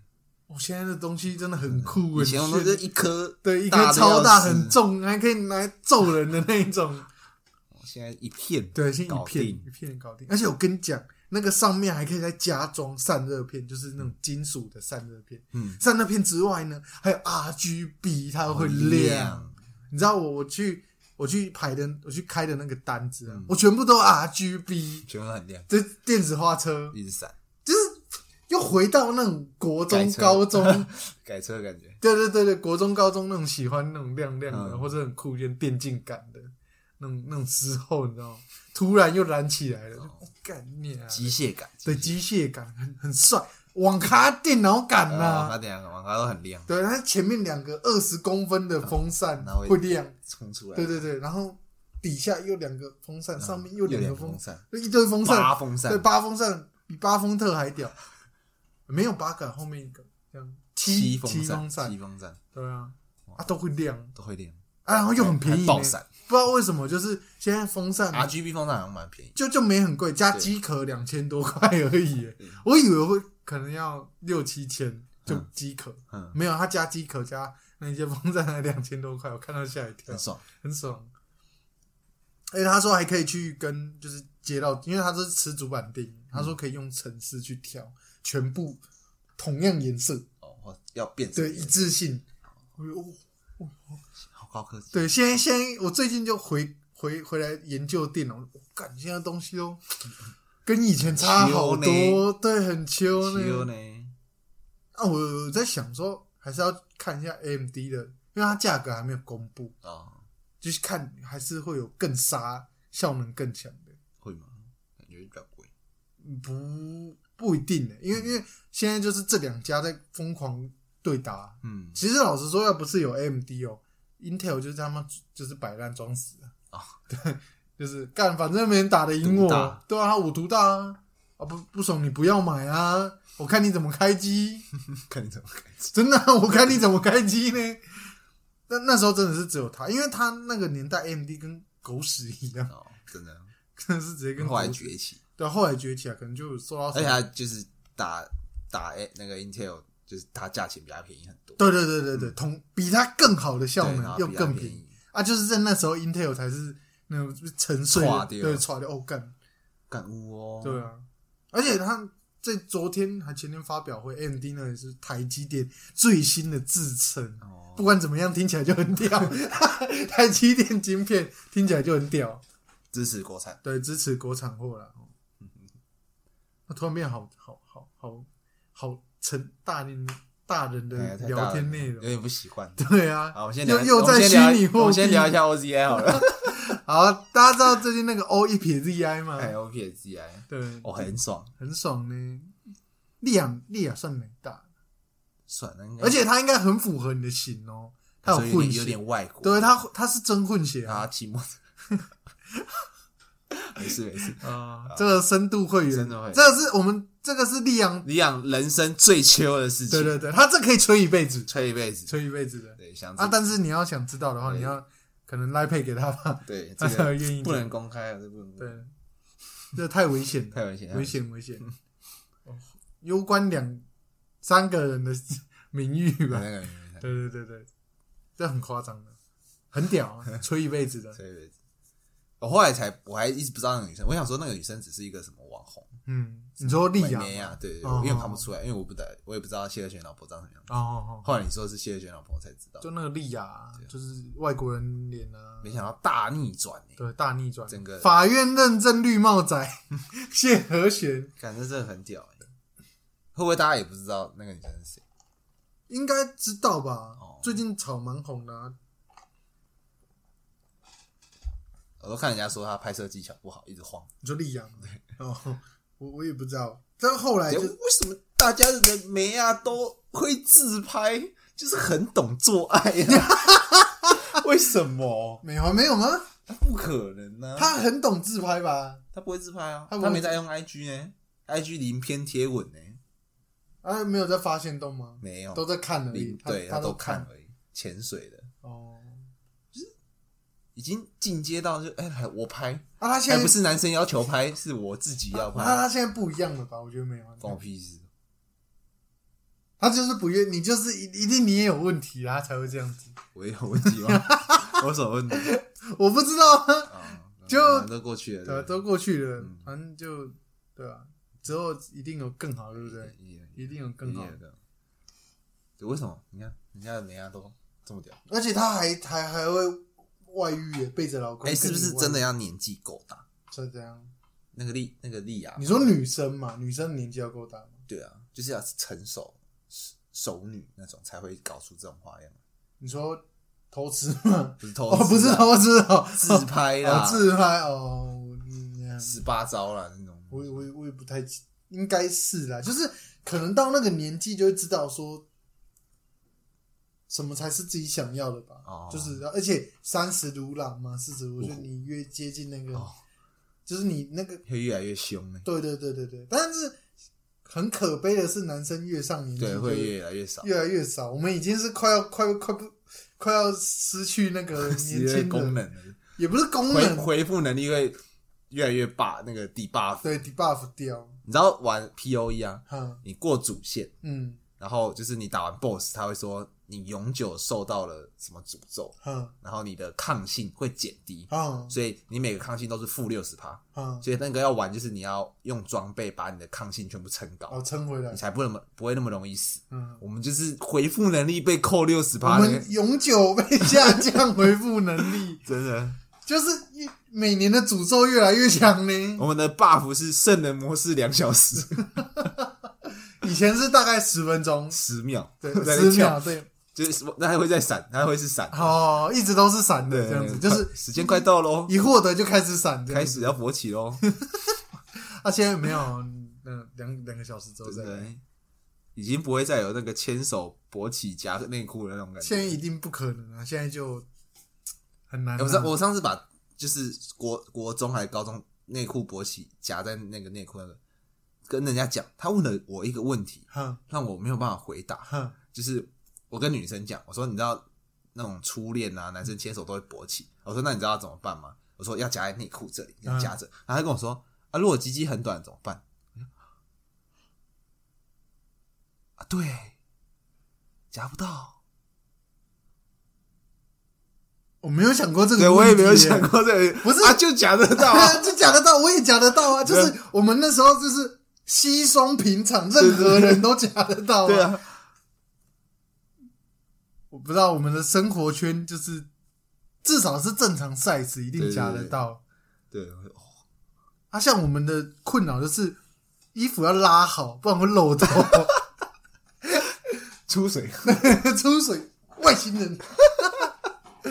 Speaker 4: 我、现在的东西真的很酷，
Speaker 1: 嗯以
Speaker 4: 很
Speaker 1: 前
Speaker 4: 炫
Speaker 1: 我都是一颗，
Speaker 4: 对一
Speaker 1: 大
Speaker 4: 颗
Speaker 1: 的要
Speaker 4: 超大
Speaker 1: 死
Speaker 4: 很，重，还可以拿来揍人的那一种。
Speaker 1: 现在一片，
Speaker 4: 对，先一
Speaker 1: 搞
Speaker 4: 片
Speaker 1: 定
Speaker 4: 一片搞定。而且我跟你讲，那个上面还可以再加装散热片，就是那种金属的散热片。
Speaker 1: 嗯，
Speaker 4: 散热片之外呢，还有 RGB，它会亮
Speaker 1: 哦亮。
Speaker 4: 你知道我我去我去排的我去开的那个单子啊，
Speaker 1: 嗯
Speaker 4: 我全部都 RGB，
Speaker 1: 全部都很亮，
Speaker 4: 这电子花车
Speaker 1: 一直闪，
Speaker 4: 就是又回到那种国
Speaker 1: 改
Speaker 4: 中
Speaker 1: 车
Speaker 4: 高中，
Speaker 1: 改车的感觉，
Speaker 4: 对对对对，国中高中那种喜欢那种亮亮的、
Speaker 1: 嗯
Speaker 4: 或者很酷炫电竞感的那种那种时候，你知道吗？突然又燃起来了，就哦干、你啊！
Speaker 1: 机械感，
Speaker 4: 对机械感很很帅，网咖电脑感呐、
Speaker 1: 啊，他两个网咖都很亮，
Speaker 4: 对，它前面两个二十公分的风扇
Speaker 1: 嗯然后会
Speaker 4: 会亮，
Speaker 1: 冲出来，
Speaker 4: 对对对，然后底下又两个风
Speaker 1: 嗯
Speaker 4: 扇，上面又
Speaker 1: 有
Speaker 4: 两
Speaker 1: 点
Speaker 4: 个风，
Speaker 1: 扇，
Speaker 4: 就一堆风扇，
Speaker 1: 八风扇
Speaker 4: 对，八风扇比八风特还屌，没有八杆，后面一个这样
Speaker 1: 七
Speaker 4: 七
Speaker 1: 风
Speaker 4: 风
Speaker 1: 七
Speaker 4: 扇，
Speaker 1: 风扇
Speaker 4: 对啊，啊都会亮
Speaker 1: 都会亮
Speaker 4: 啊，然后又很便宜
Speaker 1: 还
Speaker 4: 呢，
Speaker 1: 爆
Speaker 4: 嗯
Speaker 1: 闪
Speaker 4: 不知道为什么，就是现在风扇
Speaker 1: ，RGB 风扇好像蛮便宜，
Speaker 4: 就就没很贵，加
Speaker 1: 对
Speaker 4: 机壳两千多块而已耶。我以为会可能要六七千就
Speaker 1: 嗯
Speaker 4: 机壳，
Speaker 1: 嗯，
Speaker 4: 没有，它加机壳加那些风扇才两千多块，我看到吓一跳
Speaker 1: 很，爽，
Speaker 4: 很爽。而且他说还可以去跟就是街道，因为他是吃主板定，他
Speaker 1: 嗯
Speaker 4: 说可以用城市去调，全部同样颜色，
Speaker 1: 哦，我要变成
Speaker 4: 对，一致性。我就哦
Speaker 1: 好高科技，
Speaker 4: 对，现在现在我最近就回回回来研究电脑，我感现在东西都 跟以前差好
Speaker 1: 很秋
Speaker 4: 多，对，很秋
Speaker 1: ，Q
Speaker 4: 呢。
Speaker 1: 呢，
Speaker 4: 啊，我我在想说，还是要看一下 AMD 的，因为它价格还没有公布，
Speaker 1: 哦，
Speaker 4: 就是看还是会有更杀、效能更强的。
Speaker 1: 会吗？感觉比较贵，
Speaker 4: 不不一定的，因为因为现在就是这两家在疯狂对打。
Speaker 1: 嗯，
Speaker 4: 其实老实说，要不是有 AMD 哦，Intel 就是他妈就是摆烂装死
Speaker 1: 哦
Speaker 4: 啊。对，就是干，反正没人打得赢
Speaker 1: 独大
Speaker 4: 我。对啊，我独大啊！啊不不爽你不要买啊！我看你怎么开机，
Speaker 1: 看你怎么开机，
Speaker 4: 真的啊、我看你怎么开机呢？那那时候真的是只有他，因为他那个年代 AMD 跟狗屎一样，
Speaker 1: 哦，真的，
Speaker 4: 真的是直接跟
Speaker 1: 后来
Speaker 4: 狗屎
Speaker 1: 崛起，
Speaker 4: 对啊后来崛起来，可能就有受到什
Speaker 1: 而且
Speaker 4: 么
Speaker 1: 他就是打打哎那个 Intel，就是它价钱比它便宜很多，
Speaker 4: 对对对对对，同比它更好的效
Speaker 1: 嗯对然
Speaker 4: 能
Speaker 1: 后
Speaker 4: 又
Speaker 1: 比它
Speaker 4: 更
Speaker 1: 便
Speaker 4: 便宜
Speaker 1: 宜，
Speaker 4: 啊！就是在那时候，Intel 才是那种沉睡
Speaker 1: 垮
Speaker 4: 的，
Speaker 1: 掉
Speaker 4: 对，垮掉哦干，
Speaker 1: 干污哦，
Speaker 4: 对啊，而且它在昨天还前天发表会，AMD 呢也是台积电最新的制程，
Speaker 1: 哦，
Speaker 4: 不管怎么样听起来就很屌， 台积电晶片听起来就很屌，
Speaker 1: 支持国产，
Speaker 4: 对，支持国产货 啦。哦那突然变好好好好好成大人大人
Speaker 1: 哎呀
Speaker 4: 的
Speaker 1: 太大
Speaker 4: 聊天
Speaker 1: 了
Speaker 4: 内
Speaker 1: 有
Speaker 4: 容，
Speaker 1: 点不习 惯。
Speaker 4: 对啊，
Speaker 1: 好，我们先
Speaker 4: 又
Speaker 1: 聊，
Speaker 4: 又
Speaker 1: 我们
Speaker 4: 在
Speaker 1: 先
Speaker 4: 虚
Speaker 1: 聊
Speaker 4: 拟
Speaker 1: 我
Speaker 4: 货
Speaker 1: 们先
Speaker 4: 币。
Speaker 1: 聊一下 OCI 好 了。
Speaker 4: 好，大家知道最近那个 O 一撇 ZI 吗？
Speaker 1: 哎，O P 的 G I，
Speaker 4: 对，
Speaker 1: 我很爽，
Speaker 4: 很爽呢。利亚利亚算美大，
Speaker 1: 爽的应该，
Speaker 4: 而且它应该很符合你的型哦。它有
Speaker 1: 哎所以有
Speaker 4: 混
Speaker 1: 点有
Speaker 4: 血，
Speaker 1: 点外国，
Speaker 4: 对它它是真混血
Speaker 1: 他
Speaker 4: 啊。
Speaker 1: 期末 没事没事。
Speaker 4: 啊，这个深度会员，
Speaker 1: 深度会员
Speaker 4: 这个是我们这个是利昂，
Speaker 1: 李养人生最秋的事情，
Speaker 4: 对对对，他这可以吹一辈子，
Speaker 1: 吹一辈子，
Speaker 4: 吹一辈子的
Speaker 1: 对，想
Speaker 4: 啊。
Speaker 1: 知
Speaker 4: 但是你要想知道的话，
Speaker 1: 对
Speaker 4: 你要可能赖配给他吧，
Speaker 1: 对
Speaker 4: 他
Speaker 1: 这
Speaker 4: 才会
Speaker 1: 个
Speaker 4: 愿意
Speaker 1: 不能
Speaker 4: 讲
Speaker 1: 公开啊，这不能公开
Speaker 4: 对，这太危险了，
Speaker 1: 太危险，
Speaker 4: 危险 危险，哦攸关两三个人的 名誉吧
Speaker 1: 那。个人太
Speaker 4: 对对对对，这很夸张的，很屌啊，吹一辈子 的，
Speaker 1: 吹一辈子。我后来才，我还一直不知道那个女生，我想说那个女生只是一个什么网红，
Speaker 4: 嗯，你说利
Speaker 1: 百
Speaker 4: 昂
Speaker 1: 年呀，啊对对，对
Speaker 4: 哦
Speaker 1: 因为我看不出来，因为我不得，我也不知道谢和弦老婆长什么样子。
Speaker 4: 哦哦哦，
Speaker 1: 后来你说是谢和弦老婆，我才知道
Speaker 4: 就，那个利亚啊
Speaker 1: 对，啊
Speaker 4: 就是外国人脸啊，
Speaker 1: 没想到大逆转欸
Speaker 4: 对，大逆转，
Speaker 1: 整个
Speaker 4: 法院认证绿帽仔 谢和弦，
Speaker 1: 感觉真的很屌哎、会不会大家也不知道那个女生是谁？
Speaker 4: 应该知道吧？
Speaker 1: 哦
Speaker 4: 最近炒蛮红的、啊，
Speaker 1: 我都看人家说她拍摄技巧不好，一直晃。
Speaker 4: 你说利亚吗？哦，我我也不知道，但后来
Speaker 1: 哎，
Speaker 4: 就
Speaker 1: 为什么大家的美啊都会自拍，就是很懂做爱呀、啊？为什么？
Speaker 4: 没有没有吗？
Speaker 1: 不可能呢、
Speaker 4: 他很懂自拍吧？
Speaker 1: 他不会自拍啊，
Speaker 4: 他
Speaker 1: 他
Speaker 4: 不会
Speaker 1: 没在用 IG 呢，IG 零篇贴文呢，
Speaker 4: 啊，没有在发现动吗？
Speaker 1: 没有，
Speaker 4: 都在看而已
Speaker 1: 零，对
Speaker 4: 他
Speaker 1: 都
Speaker 4: 看
Speaker 1: 而已，潜水的。
Speaker 4: 哦。
Speaker 1: 已经进阶到就哎、我拍，
Speaker 4: 啊，他现
Speaker 1: 还
Speaker 4: 在啊
Speaker 1: 不是男生要求拍，是我自己要
Speaker 4: 那他
Speaker 1: 拍，
Speaker 4: 现在不一样了吧？我觉得没有，啊
Speaker 1: 关我屁事。
Speaker 4: 他就是不愿，你就是一一定你也有问题啦，他才会这样子。
Speaker 1: 我也有问题吗？我有什么问题？
Speaker 4: 我不知道啊，
Speaker 1: 啊，
Speaker 4: 就
Speaker 1: 啊都过去了，
Speaker 4: 对啊，
Speaker 1: 对
Speaker 4: 都过去了
Speaker 1: 嗯，
Speaker 4: 反正就对啊，之后一定有更好，对不
Speaker 1: 不
Speaker 4: 对？
Speaker 1: 一定
Speaker 4: 一定有更好
Speaker 1: 一定有更好对为什么？你看人家的美亚都这么屌，
Speaker 4: 而且他还还还会外遇耶，背着老公，
Speaker 1: 哎，是不是真的
Speaker 4: 呀？
Speaker 1: 要年纪够大？
Speaker 4: 是这样。
Speaker 1: 那个利那个利亚，
Speaker 4: 你说女生嘛，女生年纪要够大嘛？
Speaker 1: 对啊，就是要成熟熟女那种才会搞出这种花样，
Speaker 4: 你说偷吃吗？
Speaker 1: 不是偷啊
Speaker 4: 哦，不是偷吃哦，
Speaker 1: 自拍啦
Speaker 4: 哦，自拍哦，嗯，
Speaker 1: 十八招啦那种。
Speaker 4: 我也我也我也不太记应该是啦，就是可能到那个年纪就会知道说什么才是自己想要的吧。
Speaker 1: 哦
Speaker 4: 就是而且三十如狼嘛，四十如就
Speaker 1: 哦
Speaker 4: 你越接近那个，
Speaker 1: 哦
Speaker 4: 就是你那个
Speaker 1: 会越来越凶呢，
Speaker 4: 对对对对对，但是很可悲的是，男生越上年纪
Speaker 1: 对，
Speaker 4: 就
Speaker 1: 会越来越少。
Speaker 4: 越来越少，我们已经是快要快快不快要失去 那个年
Speaker 1: 失去
Speaker 4: 轻
Speaker 1: 功
Speaker 4: 的，
Speaker 1: 能了
Speaker 4: 也不是功
Speaker 1: 回
Speaker 4: 能，
Speaker 1: 回复能力会越来越 buff 那个 debuff。
Speaker 4: 对 debuff 掉，
Speaker 1: 你知道玩 POE 啊，
Speaker 4: 哈，
Speaker 1: 你过主线，
Speaker 4: 嗯，
Speaker 1: 然后就是你打完 BOSS，他会说你永久受到了什么诅咒，
Speaker 4: 哈，
Speaker 1: 然后你的抗性会减低，
Speaker 4: 哈，
Speaker 1: 所以你每个抗性都是负六十趴，
Speaker 4: 哈，
Speaker 1: 所以那个要玩就是你要用装备把你的抗性全部撑
Speaker 4: 哦，
Speaker 1: 高，
Speaker 4: 撑回来
Speaker 1: 你，才不那么不会那么容易死。
Speaker 4: 嗯，
Speaker 1: 我们就是回复能力被扣六十
Speaker 4: 我
Speaker 1: 趴，，
Speaker 4: 们永久被下降回复能 力
Speaker 1: 真的，
Speaker 4: 就是一每年的诅咒越来越强呢。
Speaker 1: 我们的 buff 是圣人模式两小时
Speaker 4: 以前是大概十分钟，
Speaker 1: 十秒，
Speaker 4: 对，
Speaker 1: 在那边
Speaker 4: 十秒，
Speaker 1: 跳，
Speaker 4: 对，
Speaker 1: 就是什么那还会再闪，那还会是 闪，
Speaker 4: 哦，一直都是闪的
Speaker 1: 对，
Speaker 4: 这样子，
Speaker 1: 快
Speaker 4: 就是
Speaker 1: 时间快到喽，
Speaker 4: 一获得就开始闪这样
Speaker 1: 开
Speaker 4: 子。
Speaker 1: 始要勃起喽。
Speaker 4: 啊，现在没有，嗯，两两个小时之后再
Speaker 1: 真的
Speaker 4: 来，
Speaker 1: 欸，已经不会再有那个牵手勃起夹内裤的那种感
Speaker 4: 现在
Speaker 1: 觉。
Speaker 4: 一定不可能啊，现在就很难啊。
Speaker 1: 欸我上我上次把就是国国中还是高中内裤勃起夹在那个内裤那个，跟人家讲，他问了我一个问题，
Speaker 4: 哼
Speaker 1: 让我没有办法回答。
Speaker 4: 哼，
Speaker 1: 就是我跟女生讲，我说你知道那种初恋啊，男生牵手都会勃起，我说那你知道要怎么办吗？我说要夹在内裤这里，要夹着。然后他跟我说啊，如果鸡鸡很短怎么办？啊，对，夹不到。
Speaker 4: 我没有想过这
Speaker 1: 对，
Speaker 4: 个，
Speaker 1: 我也没有想。过这个，
Speaker 4: 不是
Speaker 1: 啊，就夹得到 啊，
Speaker 4: 啊，就讲得到，我也讲得到啊，就是我们那时候就是稀松平常，任何人都讲得到、
Speaker 1: 对，啊，
Speaker 4: 我不知道我们的生活圈就是至少是正常 size 一定夹得到。
Speaker 1: 对，我哦
Speaker 4: 啊，像我们的困扰就是衣服要拉好，不然会漏 到
Speaker 1: 出水，
Speaker 4: 出水。外星人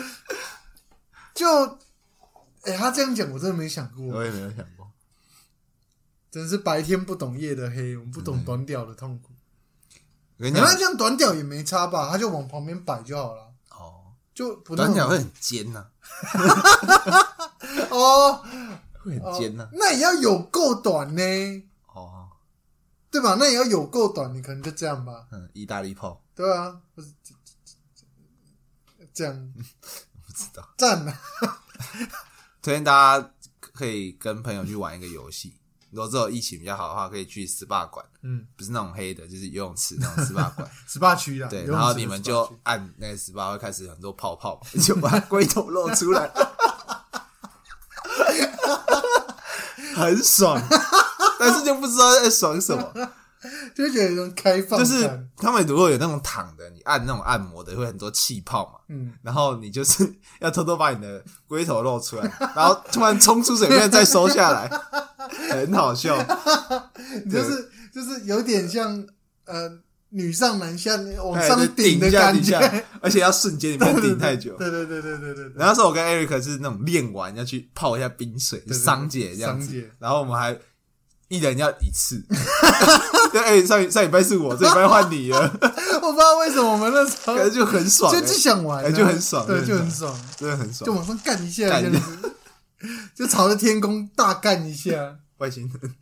Speaker 4: 就，哎、他这样讲我真的没想过，
Speaker 1: 我也没有想过。
Speaker 4: 真是白天不懂夜的黑，我们不
Speaker 1: 嗯
Speaker 4: 懂短屌的痛苦。
Speaker 1: 我跟你
Speaker 4: 可
Speaker 1: 讲
Speaker 4: 他，这样短屌也没差吧？他就往旁边摆就好了，
Speaker 1: 哦，
Speaker 4: 就不那
Speaker 1: 短
Speaker 4: 么
Speaker 1: 脚会很尖呐，
Speaker 4: 哦。
Speaker 1: 会很尖啊呐、
Speaker 4: 那也要有够短呢，
Speaker 1: 哦，
Speaker 4: 对吧？那也要有够短，你可能就这样吧，
Speaker 1: 嗯，意大利炮
Speaker 4: 对啊，或是这这这这样
Speaker 1: 不知道。
Speaker 4: 赞啊，
Speaker 1: 推荐大家可以跟朋友去玩一个游戏，如果之后疫情比较好的话，可以去 SPA 馆，
Speaker 4: 嗯，
Speaker 1: 不是那种黑的，就是游泳池那种 SPA 馆。
Speaker 4: 十八区啦，
Speaker 1: 对，
Speaker 4: 游泳池
Speaker 1: 然后你们就
Speaker 4: 18区
Speaker 1: 按那个 SPA 会开始很多泡 泡，就把龟头露出来， 很爽，但是就不知道在爽什么。
Speaker 4: 就觉得有一种开 放
Speaker 1: 就
Speaker 4: 感，
Speaker 1: 是他们如果有那种躺的，你按那种按摩的会很多气泡嘛，
Speaker 4: 嗯，
Speaker 1: 然后你就是 要偷偷把你的龟头露出来，然后突然冲出水面再收下来，很好笑。
Speaker 4: 你就是就是有点像呃女上男下往
Speaker 1: 哎
Speaker 4: 上
Speaker 1: 就顶
Speaker 4: 的
Speaker 1: 一下
Speaker 4: 感
Speaker 1: 顶一
Speaker 4: 觉
Speaker 1: 下，，而且要瞬间，你不能顶太久。
Speaker 4: 对对对对对对对，
Speaker 1: 然后那时候我跟 Eric 是那种练完要去泡一下冰水，
Speaker 4: 对
Speaker 1: 桑姐这样
Speaker 4: 桑
Speaker 1: 子
Speaker 4: 解，
Speaker 1: 然后我们还一人要一次。 对，哎、上上礼拜是我，这礼拜换你了，
Speaker 4: 我不知道为什么我们那时候
Speaker 1: 感觉就很爽、
Speaker 4: 就
Speaker 1: 欸，
Speaker 4: 就想玩啊，
Speaker 1: 哎就很爽
Speaker 4: 对，
Speaker 1: 就
Speaker 4: 就
Speaker 1: 很
Speaker 4: 很爽，
Speaker 1: 真的很爽。
Speaker 4: 就往上干一下
Speaker 1: 干
Speaker 4: 这样子，就朝着天空大干一下。
Speaker 1: 外星人，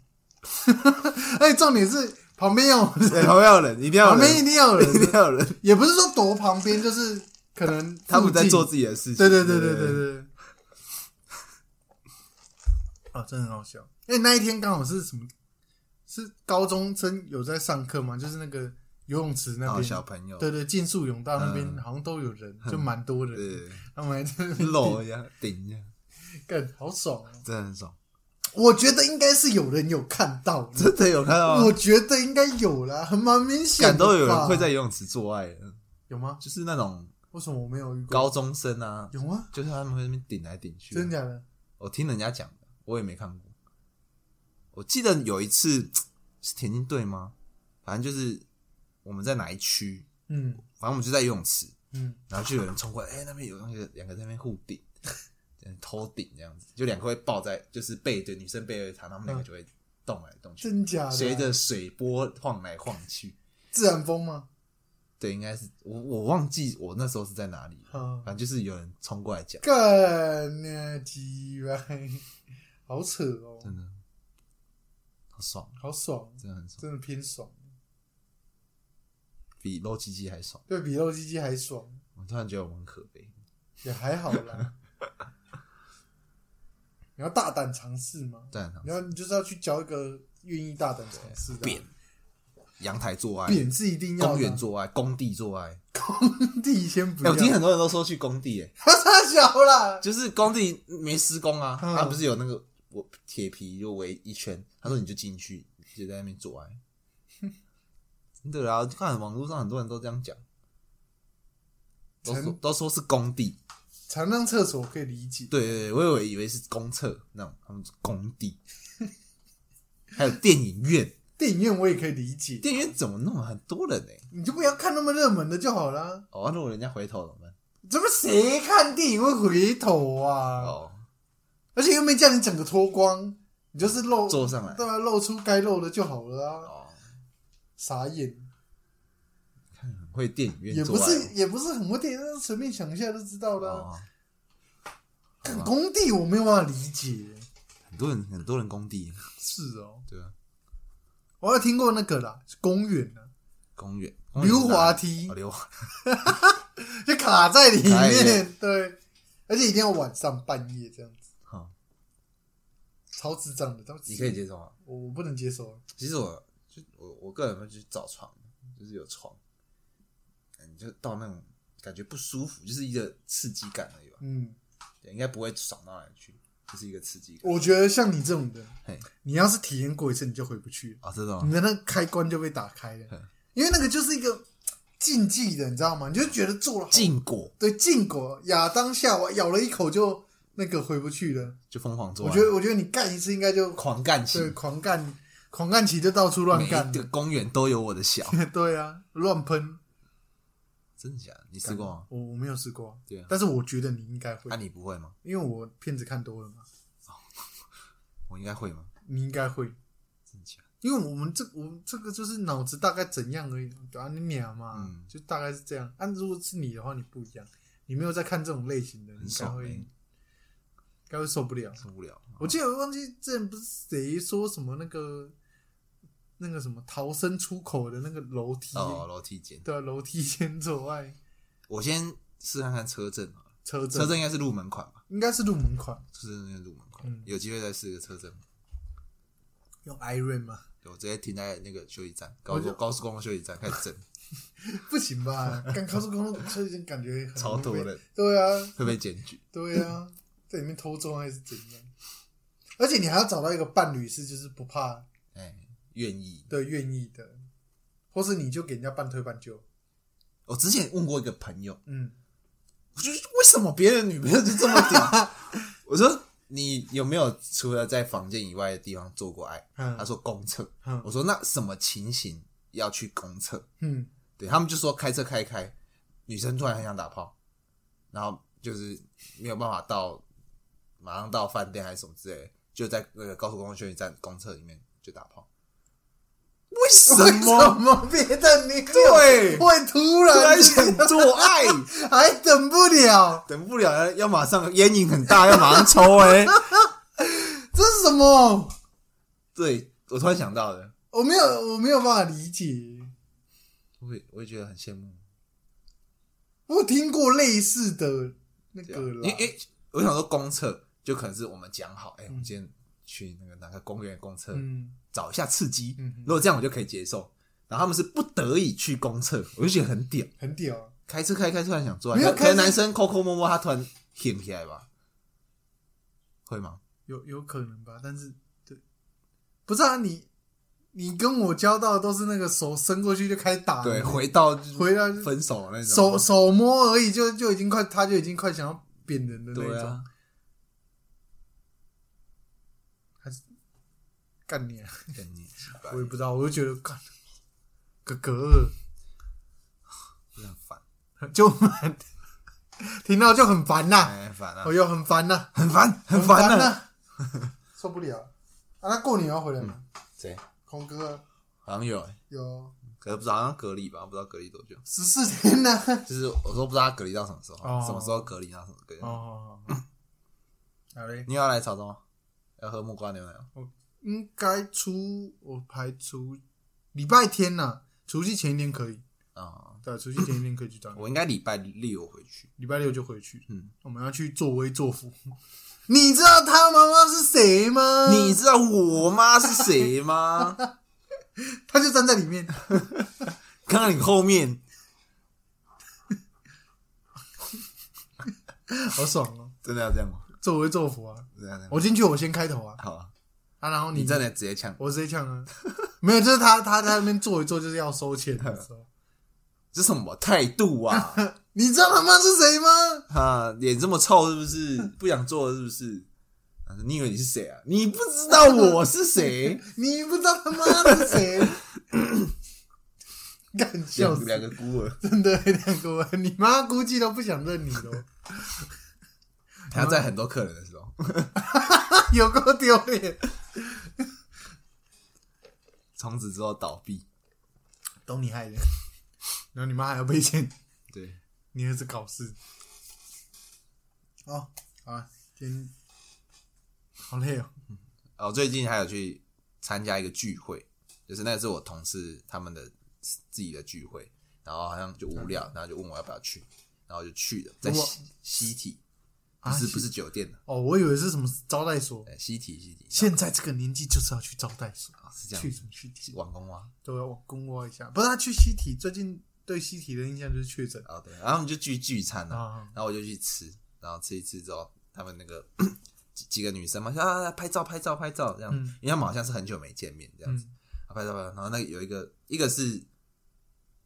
Speaker 4: 哎，重点是旁边要有人
Speaker 1: 对，哎旁边有人，一定要有
Speaker 4: 旁边一
Speaker 1: 人，
Speaker 4: 定要有
Speaker 1: 一定
Speaker 4: 人，
Speaker 1: 要有人，
Speaker 4: 也不是说躲旁边，就是可能
Speaker 1: 他们在做
Speaker 4: 己。
Speaker 1: 自己的事情。
Speaker 4: 对对对对对对。啊，真的很好笑。哎、那一天刚好是什么？是高中生有在上课吗？就是那个游泳池
Speaker 1: 然
Speaker 4: 那
Speaker 1: 后
Speaker 4: 边，
Speaker 1: 哦小朋友，
Speaker 4: 对对，竞速泳道那边
Speaker 1: 嗯
Speaker 4: 好像都有人，就蛮多人。
Speaker 1: 对，
Speaker 4: 他们还在 那边
Speaker 1: 搂一下，顶一下，
Speaker 4: 干，好爽啊！
Speaker 1: 真的很爽。
Speaker 4: 我觉得应该是有人有看到的，
Speaker 1: 真的有看到
Speaker 4: 我
Speaker 1: 吗？
Speaker 4: 觉得应该有啦，很蛮明显
Speaker 1: 敢
Speaker 4: 的
Speaker 1: 都啊有人
Speaker 4: 吧
Speaker 1: 会在游泳池做爱的，
Speaker 4: 有吗？
Speaker 1: 就是那种
Speaker 4: 为什么我没有遇过？
Speaker 1: 高中生啊，
Speaker 4: 有吗？
Speaker 1: 就是他们会在那边顶来顶去。啊
Speaker 4: 真的假的？
Speaker 1: 我听人家讲的，我也没看过。我记得有一次是田径队吗？反正就是我们在哪一区，
Speaker 4: 嗯
Speaker 1: 反正我们就在游泳池，
Speaker 4: 嗯，
Speaker 1: 然后就有人冲过来，哎、那边有东西，两个在那边互顶， 这样偷顶这样子，就两个会抱在，就是背对女生背对他，他们两个就会动来动去，
Speaker 4: 真假的啊？
Speaker 1: 随着水波晃来晃去。
Speaker 4: 自然风吗？
Speaker 1: 对，应该是我我忘记我那时候是在哪里了，
Speaker 4: 嗯
Speaker 1: 反正就是有人冲过来讲，
Speaker 4: 干呢鸡掰， 好扯哦，
Speaker 1: 真的好爽，
Speaker 4: 好爽，
Speaker 1: 真的很爽，
Speaker 4: 真的偏爽，
Speaker 1: 比露鸡鸡还爽。
Speaker 4: 对比肉鸡鸡还爽，
Speaker 1: 我突然觉得我们很可悲，
Speaker 4: 也还 好啦。你要大胆尝试吗？
Speaker 1: 在场
Speaker 4: 你要你就是要去交一个愿意大胆尝试的
Speaker 1: 扁
Speaker 4: 啊，
Speaker 1: 阳台做爱，
Speaker 4: 扁是一定要的啊
Speaker 1: 公园做爱，工地做爱。
Speaker 4: 工 地先不
Speaker 1: 哎
Speaker 4: 要，
Speaker 1: 我听 很多人都说去工地，哎，
Speaker 4: 他太小啦，
Speaker 1: 就是工地没施工啊，
Speaker 4: 嗯
Speaker 1: 他不是有那个我铁皮就围一圈，他说你就进去，就在那边做爱。 真的啊，看网络上很多人都这样讲，都说
Speaker 4: 成
Speaker 1: 都说是工地，
Speaker 4: 常让厕所可以理解，
Speaker 1: 对对对，我以为以为是公厕那种，他们是工地， 还有电影院，
Speaker 4: 电影院我也可以理解，
Speaker 1: 电影院怎么弄啊？很多人呢、
Speaker 4: 你就不要看那么热门的就好啦。
Speaker 1: 哦，那我人家回头怎么办？
Speaker 4: 怎么谁看电影会回头啊？
Speaker 1: 哦，
Speaker 4: 而且又没叫你整个脱光，你就是露
Speaker 1: 坐上来
Speaker 4: 对啊，露出该露的就好了啊。
Speaker 1: 哦，
Speaker 4: 傻眼，
Speaker 1: 很会电影
Speaker 4: 也
Speaker 1: 院
Speaker 4: 不
Speaker 1: 做爱
Speaker 4: 是也不是很会电，但是随便想一下就知道
Speaker 1: 哦
Speaker 4: 了啊、
Speaker 1: 哦，
Speaker 4: 干工地我没有办法理解，
Speaker 1: 很多人很多人工地，
Speaker 4: 是哦，
Speaker 1: 对啊，
Speaker 4: 我有听过那个啦，公园啊，
Speaker 1: 公园
Speaker 4: 溜滑梯
Speaker 1: 哦溜滑
Speaker 4: 就卡在里
Speaker 1: 卡在里
Speaker 4: 面
Speaker 1: 面，
Speaker 4: 对，而且一定要晚上半夜这样子，
Speaker 1: 好，
Speaker 4: 超智障的，他们
Speaker 1: 你可以接受啊。
Speaker 4: 我我不能接受啊，
Speaker 1: 其实我就我我个人会去找床，就是有床，嗯你就到那种感觉不舒服，就是一个刺激感而已吧，
Speaker 4: 嗯，
Speaker 1: 对应该不会爽到哪里去，就是一个刺激感。
Speaker 4: 我觉得像你这种的，
Speaker 1: 嘿，
Speaker 4: 你要是体验过一次，你就回不去了。
Speaker 1: 啊，真的
Speaker 4: 你
Speaker 1: 吗？
Speaker 4: 的那个开关就被打开
Speaker 1: 嗯
Speaker 4: 了，因为那个就是一个禁忌的，你知道吗？你就觉得做了好
Speaker 1: 禁果
Speaker 4: 对禁果，亚当夏娃咬了一口就那个回不去了。
Speaker 1: 就疯狂做
Speaker 4: 我
Speaker 1: 爱，
Speaker 4: 觉得，我觉得你干一次应该就
Speaker 1: 啊狂干起，
Speaker 4: 对狂干，狂干起就到处乱
Speaker 1: 每
Speaker 4: 干
Speaker 1: 一，个公园都有我的 小，
Speaker 4: 对啊，乱喷。
Speaker 1: 真的假的？你试过吗？
Speaker 4: 嗯我我没有试过啊，
Speaker 1: 对啊，
Speaker 4: 但是我觉得你应该会
Speaker 1: 那、，你不会吗？
Speaker 4: 因为我片子看多了嘛，
Speaker 1: 我应该会吗？
Speaker 4: 你应该会。
Speaker 1: 真的假的？
Speaker 4: 因为我们这我们这个就是脑子大概怎样而已，对啊，你鸟嘛，
Speaker 1: 嗯
Speaker 4: 就大概是这
Speaker 1: 欸
Speaker 4: 样。啊，如果是你的话，你不一样，你没有在看这种类型的，你
Speaker 1: 很
Speaker 4: 才
Speaker 1: 爽
Speaker 4: 会
Speaker 1: 欸
Speaker 4: 该会受不了。
Speaker 1: 受不了。
Speaker 4: 我记得我忘记之前不是谁说什么那个那个什么逃生出口的那个楼梯，
Speaker 1: 哦，楼梯间，
Speaker 4: 对啊、楼梯间做爱，
Speaker 1: 我先试看看车震好了
Speaker 4: 车
Speaker 1: 车
Speaker 4: 震
Speaker 1: 震应该是入门款吧，
Speaker 4: 应该是入门款，
Speaker 1: 就是那个入门款，
Speaker 4: 嗯
Speaker 1: 有机会再试个车震。
Speaker 4: 用 Iron 吗？
Speaker 1: 我直接停在那个休息站，
Speaker 4: 我
Speaker 1: 高
Speaker 4: 就
Speaker 1: 速高速公路休息站开始 震，
Speaker 4: 不行 吧？干高速公路车已经感觉很
Speaker 1: 超多
Speaker 4: 容易被
Speaker 1: 人
Speaker 4: 对啊，
Speaker 1: 会被检举。
Speaker 4: 对 啊，在里面偷中还是怎样？而且你还要找到一个伴侣是就是不怕
Speaker 1: 哎，愿意。
Speaker 4: 的、愿意的，或是你就给人家半推半就。
Speaker 1: 我之前问过一个朋友，
Speaker 4: 嗯，
Speaker 1: 我就是为什么别人女朋友就这么 屌？我说你有没有除了在房间以外的地方做过爱？
Speaker 4: 嗯
Speaker 1: 他说公厕。
Speaker 4: 嗯
Speaker 1: 我说那什么情形要去公厕？
Speaker 4: 嗯，
Speaker 1: 对他们就说开车开一开，女生突然很想打炮，然后就是没有办法到马上到饭店还是什么之类的，就在那个高速公路休息站公厕里面就打炮。为 什
Speaker 4: 为什
Speaker 1: 么？
Speaker 4: 么别的你
Speaker 1: 对
Speaker 4: 会突
Speaker 1: 突然
Speaker 4: 然
Speaker 1: 想做 爱，
Speaker 4: 还等不了？
Speaker 1: 等不了，要马上烟瘾很大，要马上抽哎、
Speaker 4: 这是什么？
Speaker 1: 对我突然想到的，
Speaker 4: 我没有，我没有办法理解。
Speaker 1: 我也我也觉得很羡慕。
Speaker 4: 我有听过类似的那
Speaker 1: 对
Speaker 4: 个
Speaker 1: 啊，因为
Speaker 4: 啦
Speaker 1: 因为我想说公厕就可能是我们讲好，哎、我们今天去那个哪个公园公厕、
Speaker 4: 嗯，
Speaker 1: 找一下刺激，
Speaker 4: 嗯嗯
Speaker 1: 如果这样我就可以接受。然后他们是不得已去公厕，我就觉得很屌。
Speaker 4: 很屌啊。
Speaker 1: 开车开一开突然想做爱，
Speaker 4: 没有
Speaker 1: 可能可能
Speaker 4: 开车
Speaker 1: 男生抠抠摸摸，他突然舔起来吧？会吗？
Speaker 4: 有有可能吧，但是对，不是啊，你你跟我交道都是那个手伸过去就开始打，
Speaker 1: 对，回到
Speaker 4: 啊回到就
Speaker 1: 分手那种
Speaker 4: 手手摸而已，就就已经快，他就已经快想要扁人的那
Speaker 1: 对
Speaker 4: 种，
Speaker 1: 啊，
Speaker 4: 还是干你、啊，
Speaker 1: 跟你几百
Speaker 4: 我也不知道，我就觉得干哥哥
Speaker 1: 很烦，
Speaker 4: 就很听到就很烦呐、
Speaker 1: 哎，烦啊
Speaker 4: 我，又很烦呐、
Speaker 1: 很烦，很
Speaker 4: 烦
Speaker 1: 烦
Speaker 4: 呐、
Speaker 1: 啊。
Speaker 4: 受不了啊！那过年要回来
Speaker 1: 嗯
Speaker 4: 吗？
Speaker 1: 谁？
Speaker 4: 空哥
Speaker 1: 好像有、欸，
Speaker 4: 有
Speaker 1: 可是不知道，好像隔离吧，不知道隔离多久。
Speaker 4: 十四天呢、
Speaker 1: 就是我说不知道他隔离到什么时候，
Speaker 4: 哦
Speaker 1: 什么时候隔离到什么时候隔离。
Speaker 4: 哦，好好好好嘞，
Speaker 1: 你要来潮州吗？要喝木瓜牛奶吗？
Speaker 4: 应该初我排除礼拜天呐、除夕前一天可以，
Speaker 1: 啊、
Speaker 4: 对，除夕前一天可以去找你，
Speaker 1: 我应该礼拜六回去。
Speaker 4: 礼拜六就回去。
Speaker 1: 嗯，
Speaker 4: 我们要去作威作福。你知道他妈妈是谁吗？
Speaker 1: 你知道我妈是谁 吗？
Speaker 4: 他就站在里面，
Speaker 1: 看到你后面，
Speaker 4: 好爽哦！
Speaker 1: 真的要这样吗？
Speaker 4: 作威作福啊！
Speaker 1: 真的要这样吗？
Speaker 4: 我进去，我先开头啊
Speaker 1: 好啊，
Speaker 4: 啊！然后
Speaker 1: 你
Speaker 4: 你
Speaker 1: 真的直接呛，
Speaker 4: 我直接呛啊！没有，就是他他在那边坐一坐，就是要收钱的时候，
Speaker 1: 这什么态度啊？
Speaker 4: 你知道他妈是谁吗？
Speaker 1: 啊，脸这么臭是不是？不想做了是不是？啊你以为你是谁啊？你不知道我是谁？
Speaker 4: 你不知道他妈 是谁？干 笑
Speaker 1: 两
Speaker 4: 死！
Speaker 1: 两个孤儿，
Speaker 4: 真的两个文，你妈估计都不想认你喽，
Speaker 1: 还要在很多客人的时候，
Speaker 4: 有够丢脸。
Speaker 1: 从此之后倒闭。
Speaker 4: 都你害的，然后你妈还要被钱，
Speaker 1: 对，
Speaker 4: 你儿子搞事。哦，好啊，今天好累哦。
Speaker 1: 哦，最近还有去参加一个聚会，就是那是我同事他们的自己的聚会，然后好像就无聊，然后就问我要不要去，然后就去了，在
Speaker 4: 嗯我
Speaker 1: 西西体，不
Speaker 4: 啊
Speaker 1: 是
Speaker 4: 西
Speaker 1: 不是酒店的，
Speaker 4: 哦，我以为是什么招待所，
Speaker 1: 哎西体西体
Speaker 4: 现在这个年纪就是要去招待所，
Speaker 1: 啊是这
Speaker 4: 去
Speaker 1: 样
Speaker 4: 什，么去体，
Speaker 1: 网工啊，
Speaker 4: 都要公窝一下。不是他去西体，最近对西体的印象就是确诊
Speaker 1: 哦对，然后我们就聚聚餐啊，
Speaker 4: 啊，
Speaker 1: 然后我就去吃，然后吃一吃之后，他们那个几几个女生嘛，说啊拍照拍照拍照这样，
Speaker 4: 嗯
Speaker 1: 因为他们好像是很久没见面这样子，
Speaker 4: 嗯
Speaker 1: 啊拍照拍照，然后那个有一个一个是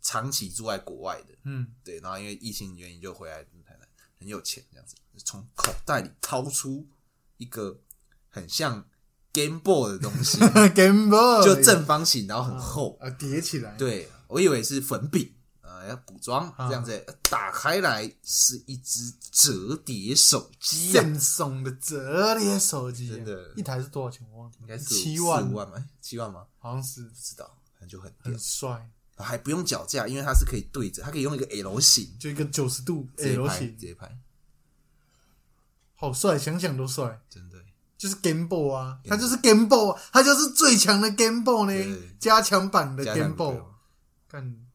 Speaker 1: 长期住在国外的，
Speaker 4: 嗯，
Speaker 1: 对，然后因为疫情原因就回来台南，很有钱这样子，就从口袋里掏出一个很像 Game Boy 的东 西，
Speaker 4: Game Boy
Speaker 1: 就正方形，然后很厚。
Speaker 4: 啊叠起来，，
Speaker 1: 对我以为是粉饼，呃，要补妆
Speaker 4: 啊
Speaker 1: 这样子，打开来是一只折叠手机、啊，
Speaker 4: 赠送的折叠手机啊，
Speaker 1: 真的
Speaker 4: 一台是多少钱？我忘记，
Speaker 1: 应该是
Speaker 4: 七
Speaker 1: 四
Speaker 4: 万
Speaker 1: 五，万吗？哎七万吗？
Speaker 4: 好像是
Speaker 1: 不知道，反正就很屌
Speaker 4: 很，帅，
Speaker 1: 还不用脚架，因为它是可以对着，它可以用一个 L 型
Speaker 4: 就一个九十度
Speaker 1: 直接
Speaker 4: L
Speaker 1: 拍，
Speaker 4: 型
Speaker 1: 直，接拍，
Speaker 4: 好帅，想想都帅。
Speaker 1: 真的
Speaker 4: 就是 Game Boy 啊，它就是 Game Boy，它啊就是最强的 Game Boy 呢
Speaker 1: 对，
Speaker 4: 加强版的
Speaker 1: 加
Speaker 4: Game
Speaker 1: 上
Speaker 4: Boy
Speaker 1: 对。哦
Speaker 4: 看，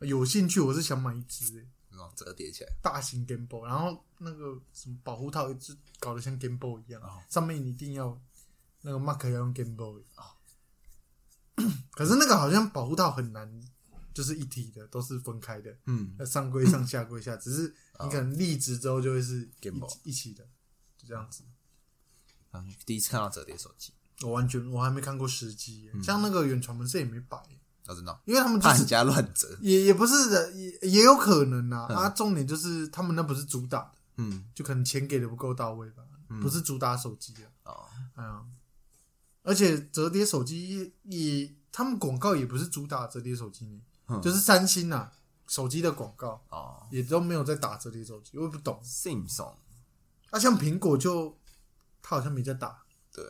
Speaker 4: 有兴趣我是想买一只、欸、
Speaker 1: 那种折叠起来，
Speaker 4: 大型 Game Boy，然后那个什么保护套一直搞得像 Game Boy 一样，
Speaker 1: 哦
Speaker 4: 上面一定要那个 mark 要用 Game Boy 啊、 可是那个好像保护套很难，就是一体的，都是分开的，
Speaker 1: 嗯，哦
Speaker 4: 那上规上下归下，只是你可能立直之后就会是一
Speaker 1: Game Boy
Speaker 4: 一起的，就这样子。
Speaker 1: 然后第一次看到折叠手机，
Speaker 4: 我完全我还没看过实机耶、像那个远传门社也没摆耶、
Speaker 1: 我知道，
Speaker 4: 因为他们就
Speaker 1: 嗯怕
Speaker 4: 是
Speaker 1: 人家乱折，
Speaker 4: 也也不是的，也也有可能啊。啊，重点就是他们那不是主打的，
Speaker 1: 嗯，
Speaker 4: 就可能钱给的不够到位吧，不是主打手机啊。
Speaker 1: 哦，
Speaker 4: 哎呀，而且折叠手机也也他们广告也不是主打折叠手机呢，
Speaker 1: 嗯
Speaker 4: 就是三星呐、手机的广告
Speaker 1: 哦
Speaker 4: 也都没有在打折叠手机，我也不懂。
Speaker 1: ，Samsung，
Speaker 4: 啊，像苹果就它好像没在打，
Speaker 1: 对，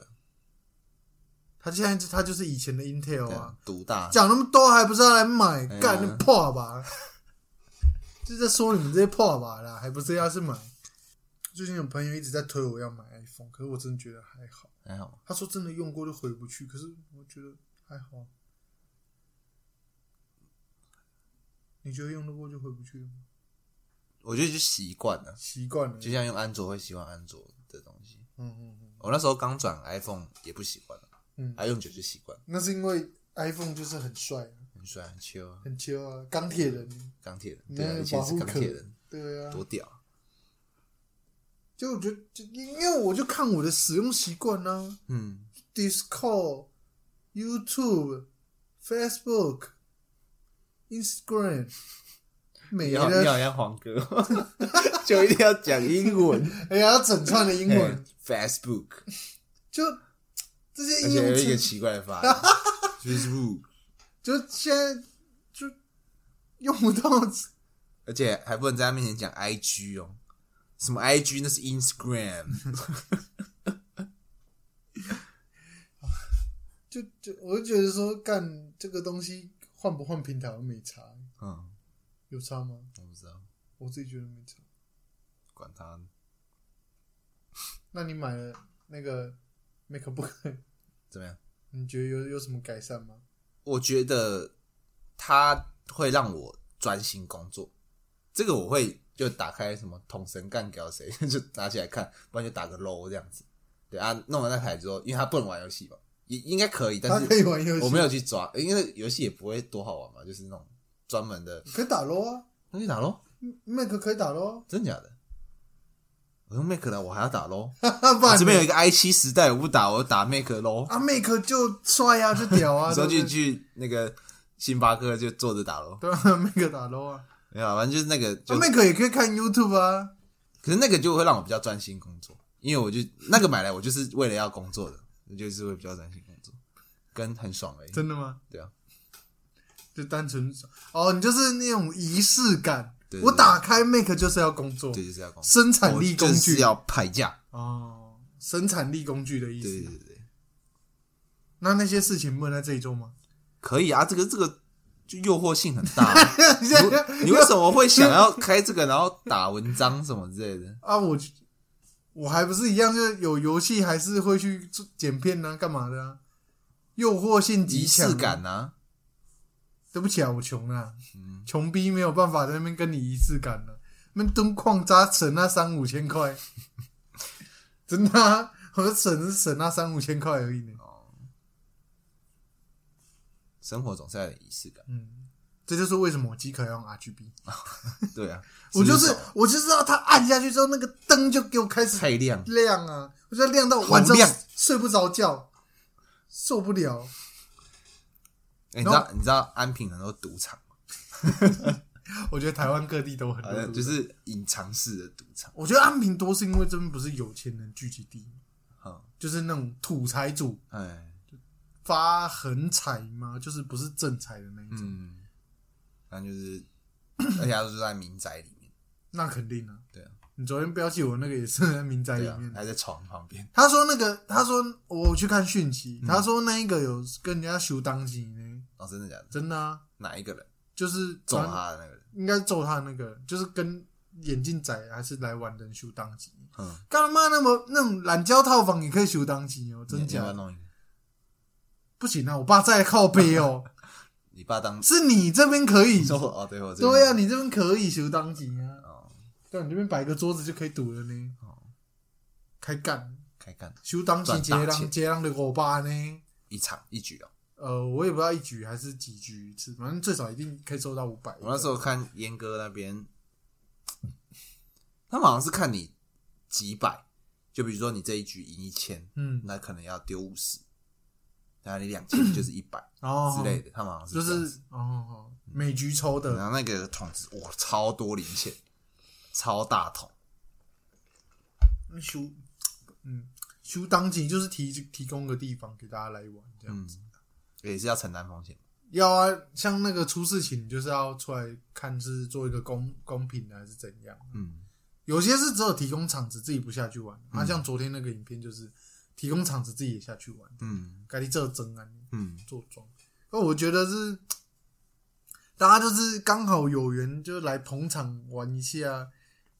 Speaker 4: 它现在就它就是以前的 Intel
Speaker 1: 对
Speaker 4: 啊
Speaker 1: 啊，独大，
Speaker 4: 讲那么多还不是要来买
Speaker 1: 哎，呀
Speaker 4: 干、那破吧， 就在说你们这些破吧啦，还不是要去买。最近有朋友一直在推我要买 iPhone，可是我真的觉得还好。
Speaker 1: 还好，
Speaker 4: 他说真的用过就回不去，可是我觉得还好。你觉得用得过就回不去了吗？
Speaker 1: 我觉得就习惯了，
Speaker 4: 习惯了，
Speaker 1: 就像用安卓会习惯安卓的东西。
Speaker 4: 嗯嗯嗯，
Speaker 1: 我那时候刚转 iPhone 也不习惯了，
Speaker 4: 嗯
Speaker 1: 还用久就习惯，了，
Speaker 4: 那是因为 iPhone 就是很帅，
Speaker 1: 很帅很 chill 啊，
Speaker 4: 很秋啊，钢铁人，
Speaker 1: 钢铁人，
Speaker 4: 你
Speaker 1: 对
Speaker 4: 那
Speaker 1: 啊，
Speaker 4: 个
Speaker 1: 以前
Speaker 4: 保
Speaker 1: 是
Speaker 4: 护
Speaker 1: 钢
Speaker 4: 壳
Speaker 1: 铁人，
Speaker 4: 对啊，
Speaker 1: 多屌啊，
Speaker 4: 就我觉得，就因为我就看我的使用习惯呢、
Speaker 1: 嗯，
Speaker 4: Discord、YouTube、Facebook、Instagram 没
Speaker 1: 你好你
Speaker 4: 了，
Speaker 1: 好像黄哥， 就一定要讲英 文，
Speaker 4: 哎呀，整串的英文
Speaker 1: 哎 Facebook，
Speaker 4: 就这些
Speaker 1: 而
Speaker 4: 应
Speaker 1: 且
Speaker 4: 用
Speaker 1: 有一个
Speaker 4: 程，
Speaker 1: 奇怪的发音 ，Facebook，
Speaker 4: 就现在就用不到，
Speaker 1: 而且还不能在他面前讲 IG 哦，什么 IG 那是 Instagram，
Speaker 4: 就就我就觉得说，干这个东西换不换平台我没差，
Speaker 1: 嗯，
Speaker 4: 有差吗？
Speaker 1: 我不知道，
Speaker 4: 我自己觉得没差。
Speaker 1: 管他，
Speaker 4: 那你买了那个 MacBook，
Speaker 1: 怎么样？
Speaker 4: 你觉得有有什么改善吗？
Speaker 1: 我觉得它会让我专心工作，这个我会就打开什么桶神干掉谁 就拿起来看，不然就打个 low 这样子。对啊，弄完那台之后，因为它不能玩游戏嘛，也应该可以，
Speaker 4: 他
Speaker 1: 但
Speaker 4: 可以
Speaker 1: 是
Speaker 4: 玩游戏，
Speaker 1: 我没有去抓，因为游戏也不会多好玩嘛，就是那种专门的。
Speaker 4: 可以打 LO 啊
Speaker 1: 那去打 low？
Speaker 4: ，Mac 可以打啊 LO，
Speaker 1: 真假的？我用 Mac 的，我还要打 low。
Speaker 4: 啊不
Speaker 1: 我
Speaker 4: 然呢
Speaker 1: 这边有一个 i 七时代，我不打，我打 Mac 喽。
Speaker 4: 啊，Mac 就帅啊，就 屌啊，
Speaker 1: 你说去
Speaker 4: 对不对
Speaker 1: 去那个星巴克就坐着打喽，
Speaker 4: 对啊，Mac 打 LO 啊
Speaker 1: 没有啊，反正就是那个
Speaker 4: 啊
Speaker 1: 就，
Speaker 4: ，Mac 也可以看 YouTube 啊，
Speaker 1: 可是那个就会让我比较专心工作，因为我就那个买来我就是为了要工作的，我就是会比较专心工作，跟很爽而已。
Speaker 4: 真的吗？
Speaker 1: 对啊，
Speaker 4: 就单纯哦，你就是那种仪式感
Speaker 1: 对。对
Speaker 4: 我打开 Mac 就是要工作，
Speaker 1: 对，就是要工作，
Speaker 4: 生产力工
Speaker 1: 我就是
Speaker 4: 具
Speaker 1: 要派价。
Speaker 4: 哦，生产力工具的意
Speaker 1: 对对
Speaker 4: 思。
Speaker 1: 对对，
Speaker 4: 那那些事情不能在这里做吗？
Speaker 1: 可以啊，这个这个就诱惑性很大 啊。
Speaker 4: 你
Speaker 1: 你为你为什么会想要开这个，然后打文章什么之类的？
Speaker 4: 啊，我就我还不是一样，就是有游戏还是会去做剪片啊，干嘛的啊？诱惑性极
Speaker 1: 仪
Speaker 4: 强、
Speaker 1: 式感。啊，
Speaker 4: 对不起啊，我穷啊
Speaker 1: 嗯，
Speaker 4: 穷逼没有办法在那边跟你仪式感了、那边蹲矿渣省那三五千 块，真的、啊，我省是省那三五千块而已呢。
Speaker 1: 生活总是要有仪式感。
Speaker 4: 嗯，这就是为什么我机壳要用 RGB，
Speaker 1: 对啊，
Speaker 4: 我就是
Speaker 1: 爽
Speaker 4: 我就知道它按下去之后，那个灯就给我开始
Speaker 1: 太亮，
Speaker 4: 亮啊，我就亮到晚上
Speaker 1: 好亮
Speaker 4: 睡不着觉，受不了。
Speaker 1: 欸你知道你知道安平很多赌场吗，
Speaker 4: 我觉得台湾各地都很
Speaker 1: 好
Speaker 4: 多，
Speaker 1: 像就是隐藏式的赌场。
Speaker 4: 我觉得安平多是因为这边不是有钱人聚集地，
Speaker 1: 好，
Speaker 4: 就是那种土财主
Speaker 1: 哎，
Speaker 4: 发横财嘛，就是不是正财的那一种，
Speaker 1: 嗯，反正就是，而且他都是在民宅里面，
Speaker 4: 那肯定啊。
Speaker 1: 对啊，
Speaker 4: 你昨天标记我那个也是在民宅里
Speaker 1: 对啊
Speaker 4: 面，，
Speaker 1: 还在床旁边，
Speaker 4: 他说那个，他说我去看讯息，
Speaker 1: 嗯
Speaker 4: 他说那一个有跟人家修当机呢，
Speaker 1: 哦，真的假的？
Speaker 4: 真的、啊、
Speaker 1: 哪一个人
Speaker 4: 就是
Speaker 1: 揍
Speaker 4: 传
Speaker 1: 他的那个人？
Speaker 4: 应该揍他那个，就是跟眼镜仔还是来玩人修当机，
Speaker 1: 嗯，
Speaker 4: 干嘛那么那种懒胶套房也可以修当机哦，
Speaker 1: 你
Speaker 4: 真
Speaker 1: 你要不要
Speaker 4: 假？
Speaker 1: 弄一个？
Speaker 4: 不行啊，我爸在靠背 哦，
Speaker 1: 你爸当
Speaker 4: 是 你这边可以，
Speaker 1: 说哦，对我这边
Speaker 4: 对啊，你这边可以修当机啊，
Speaker 1: 哦
Speaker 4: 对，你这边摆个桌子就可以赌了呢
Speaker 1: 哦，
Speaker 4: 开干
Speaker 1: 开干
Speaker 4: 修当机
Speaker 1: 赚
Speaker 4: 接
Speaker 1: 大
Speaker 4: 浪
Speaker 1: 钱
Speaker 4: 接浪的我爸呢？
Speaker 1: 一场一局哦。
Speaker 4: 呃，我也不知道一局还是几局一次，反正最少一定可以收到五百。
Speaker 1: 我那时候看阉哥那边，他们好像是看你几百，就比如说你这一局赢一千，
Speaker 4: 嗯
Speaker 1: 那可能要丢五十，然后你两千就是一百
Speaker 4: 哦
Speaker 1: 之类的，他们好像是
Speaker 4: 就
Speaker 1: 这样
Speaker 4: 是
Speaker 1: 子嗯啊
Speaker 4: 哦哦，每局抽
Speaker 1: 然
Speaker 4: 的，
Speaker 1: 后那个桶子哇超多零钱，超大桶，
Speaker 4: 修，嗯，修当季就是提提供个地方给大家来玩这样
Speaker 1: 嗯
Speaker 4: 子。，
Speaker 1: 也是要承担风险，
Speaker 4: 要啊，像那个出事情，你就是要出来看是做一个公公平的还是怎样。
Speaker 1: 嗯，
Speaker 4: 有些是只有提供场子自己不下去玩，啊，
Speaker 1: 嗯
Speaker 4: 像昨天那个影片就是提供场子自己也下去玩，
Speaker 1: 嗯
Speaker 4: 该你这真啊你。
Speaker 1: 嗯，
Speaker 4: 做庄。那我觉得是大家就是刚好有缘，就来捧场玩一下，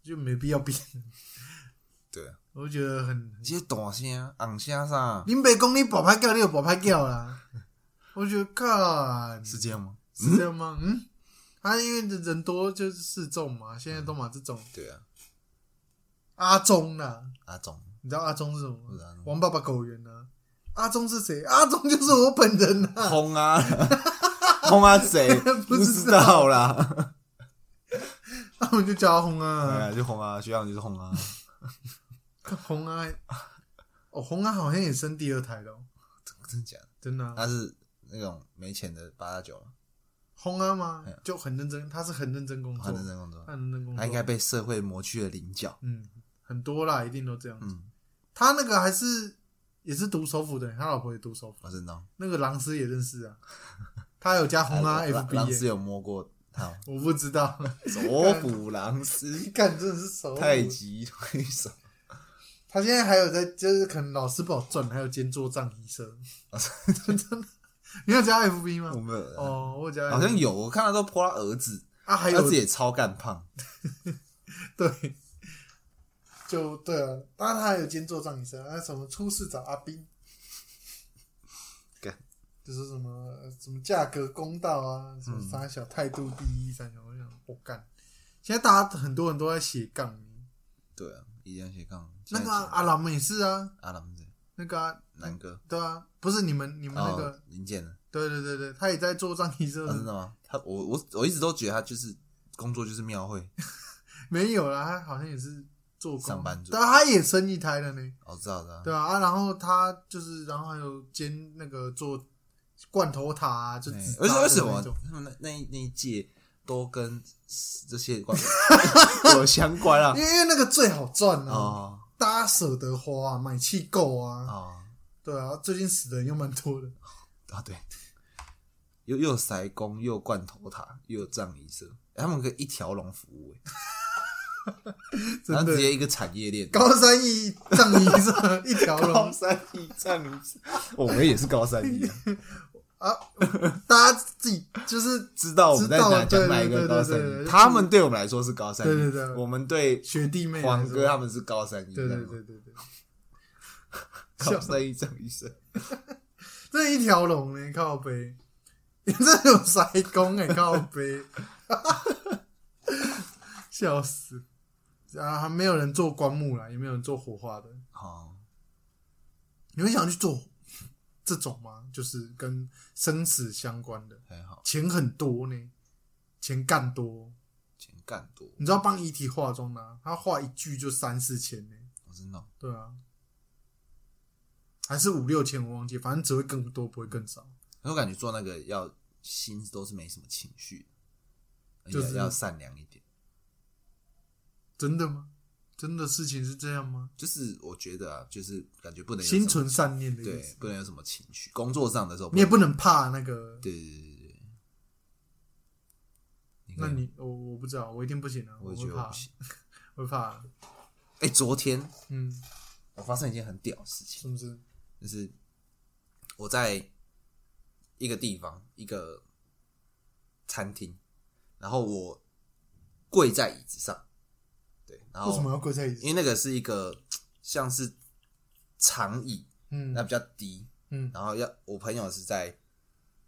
Speaker 4: 就没必要变。
Speaker 1: 对啊，
Speaker 4: 我觉得很
Speaker 1: 这些大声、昂声啥，
Speaker 4: 林北公你保牌掉，你有保牌掉啦。 我觉得干
Speaker 1: 是这样吗？
Speaker 4: 是这样吗？嗯，他、因为人多就是示众嘛，现在都嘛这种
Speaker 1: 对啊，
Speaker 4: 阿忠啦，
Speaker 1: 阿忠，
Speaker 4: 你知道阿忠是什么
Speaker 1: 不
Speaker 4: 吗
Speaker 1: 知？道
Speaker 4: 王爸爸狗源啊。阿忠是谁？阿忠就是我本人啊！
Speaker 1: 轰啊， 轰啊 谁
Speaker 4: 不知
Speaker 1: 知
Speaker 4: 道
Speaker 1: 道啦。
Speaker 4: 那我们就叫他红
Speaker 1: 对
Speaker 4: 啊
Speaker 1: 啊，，就红啊，学长就是红啊，
Speaker 4: 红啊，哦，红啊好像也生第二胎了哦。
Speaker 1: 真的假的？
Speaker 4: 真的、啊，
Speaker 1: 他是那种没钱的八大九嘛，
Speaker 4: 轰啊吗
Speaker 1: 哎呀？
Speaker 4: 就很认真，他是很认真工作，
Speaker 1: 很认真工作
Speaker 4: 他，很认真工作，
Speaker 1: 他应该被社会磨去了棱角。
Speaker 4: 嗯很多啦，一定都这样。
Speaker 1: 嗯，
Speaker 4: 他那个还是也是读首府的，欸他老婆也读首府，
Speaker 1: 我真的哦。
Speaker 4: 那个狼师也认识 啊，他有加轰啊
Speaker 1: 哎狼狼
Speaker 4: FB，
Speaker 1: 师
Speaker 4: 耶，
Speaker 1: 有摸过他吗
Speaker 4: 我不知道，
Speaker 1: 左辅狼 师
Speaker 4: 干真的是首府
Speaker 1: 太极推手。
Speaker 4: 他现在还有在，就是可能老师保转，还有兼做葬 仪社，
Speaker 1: 啊
Speaker 4: 真的，你有加 FB
Speaker 1: 我没
Speaker 4: 吗？
Speaker 1: 有，
Speaker 4: 哦，我有加 FB，
Speaker 1: 嗯好像有，我看他都泼他儿子，
Speaker 4: 啊，还
Speaker 1: 儿
Speaker 4: 有
Speaker 1: 子也超干胖。
Speaker 4: 对，就对啊，当然他还有兼做葬仪社，啊，什么出事找阿斌
Speaker 1: 干，
Speaker 4: 就是什么呃什么价格公道啊，什么
Speaker 1: 嗯
Speaker 4: 傻小态度第一三小，我想我干，现在大家很多人都在斜杠，
Speaker 1: 对啊，一样斜杠。
Speaker 4: 那
Speaker 1: 现
Speaker 4: 个
Speaker 1: 在
Speaker 4: 啊阿郎们也是啊，
Speaker 1: 阿郎子
Speaker 4: 那个啊
Speaker 1: 南哥，
Speaker 4: 对啊，不是你们你们那个，嗯
Speaker 1: 哦，林健的，
Speaker 4: 对对对对，他也在做葬仪社
Speaker 1: 啊，，真的吗？他我我我一直都觉得他就是工作就是庙 会，
Speaker 4: 没有啦，他好像也是做工
Speaker 1: 上班族
Speaker 4: 对啊，他也生一胎了呢。
Speaker 1: 我知道的啊。
Speaker 4: 对啊，啊然后他就是，然后还有兼那个做罐头塔、啊，就
Speaker 1: 对
Speaker 4: 纸
Speaker 1: 而且
Speaker 4: 扎
Speaker 1: 哎为
Speaker 4: 的
Speaker 1: 什
Speaker 4: 那
Speaker 1: 么
Speaker 4: 种
Speaker 1: 他们那那一那一届都跟这些 关有相关啊
Speaker 4: 因？为因为那个最好赚啊，
Speaker 1: 哦
Speaker 4: 大家舍得花、啊，买气够啊，
Speaker 1: 哦
Speaker 4: 对啊，最近死的人又蛮 多的，
Speaker 1: 啊，对，又又有塞工，又有罐头塔，又有葬仪社，欸他们可以一条龙服务、欸，
Speaker 4: 真
Speaker 1: 然后
Speaker 4: 的
Speaker 1: 直。接一个产业链。
Speaker 4: 高山一葬仪社一条
Speaker 1: 高
Speaker 4: 龙
Speaker 1: 三一葬仪 社，哦我们也是高三一、 啊，
Speaker 4: 啊，大家自己就是
Speaker 1: 知道我们在
Speaker 4: 知道
Speaker 1: 哪讲哪一
Speaker 4: 对对
Speaker 1: 个高三
Speaker 4: 对对对
Speaker 1: 一，
Speaker 4: 对
Speaker 1: 他们对我们来说是高三一，
Speaker 4: 对对对
Speaker 1: 我们对
Speaker 4: 学弟妹来
Speaker 1: 黄
Speaker 4: 说
Speaker 1: 哥他们是高三一，
Speaker 4: 对
Speaker 1: 这
Speaker 4: 对
Speaker 1: 样
Speaker 4: 对
Speaker 1: 吗，
Speaker 4: 对对，
Speaker 1: 高三一葬仪社，
Speaker 4: 这一条龙呢，靠背， 你这有塞工哎，靠背， 笑死！啊，还没有人做棺木啦，也没有人做火化的。
Speaker 1: 好，
Speaker 4: 你会想去做这种吗？就是跟生死相关的，
Speaker 1: 很好，
Speaker 4: 钱很多呢，钱干多。
Speaker 1: 钱干多，
Speaker 4: 你知道帮遗体化妆吗、他画一句就三四千呢，
Speaker 1: 我真的哦。
Speaker 4: 对啊，还是五六千，我忘记，反正只会更多，不会更少。
Speaker 1: 可是我感觉做那个要心都是没什么情绪的，
Speaker 4: 就
Speaker 1: 而且
Speaker 4: 是
Speaker 1: 要善良一点。
Speaker 4: 真的吗？真的事情是这样吗？
Speaker 1: 就是我觉得啊，就是感觉不能有什么
Speaker 4: 心存善念的意
Speaker 1: 对
Speaker 4: 思，，
Speaker 1: 不能有什么情绪。工作上的时候，
Speaker 4: 你也不能怕那个。
Speaker 1: 对对对对对。你
Speaker 4: 那
Speaker 1: 看
Speaker 4: 你我我不知道，我一定不行啊，
Speaker 1: 我
Speaker 4: 我
Speaker 1: 也觉得
Speaker 4: 会
Speaker 1: 我
Speaker 4: 怕
Speaker 1: 不，行。
Speaker 4: 我会怕。
Speaker 1: 哎，昨天
Speaker 4: 嗯，
Speaker 1: 我发生一件很屌的事情
Speaker 4: 是，不
Speaker 1: 就
Speaker 4: 是？
Speaker 1: 是我在一个地方一个餐厅，然后我跪在椅子上，对，然后
Speaker 4: 为什么要跪在椅子？
Speaker 1: 因为那个是一个像是长椅，
Speaker 4: 嗯
Speaker 1: 那比较低，
Speaker 4: 嗯
Speaker 1: 然后要我朋友是在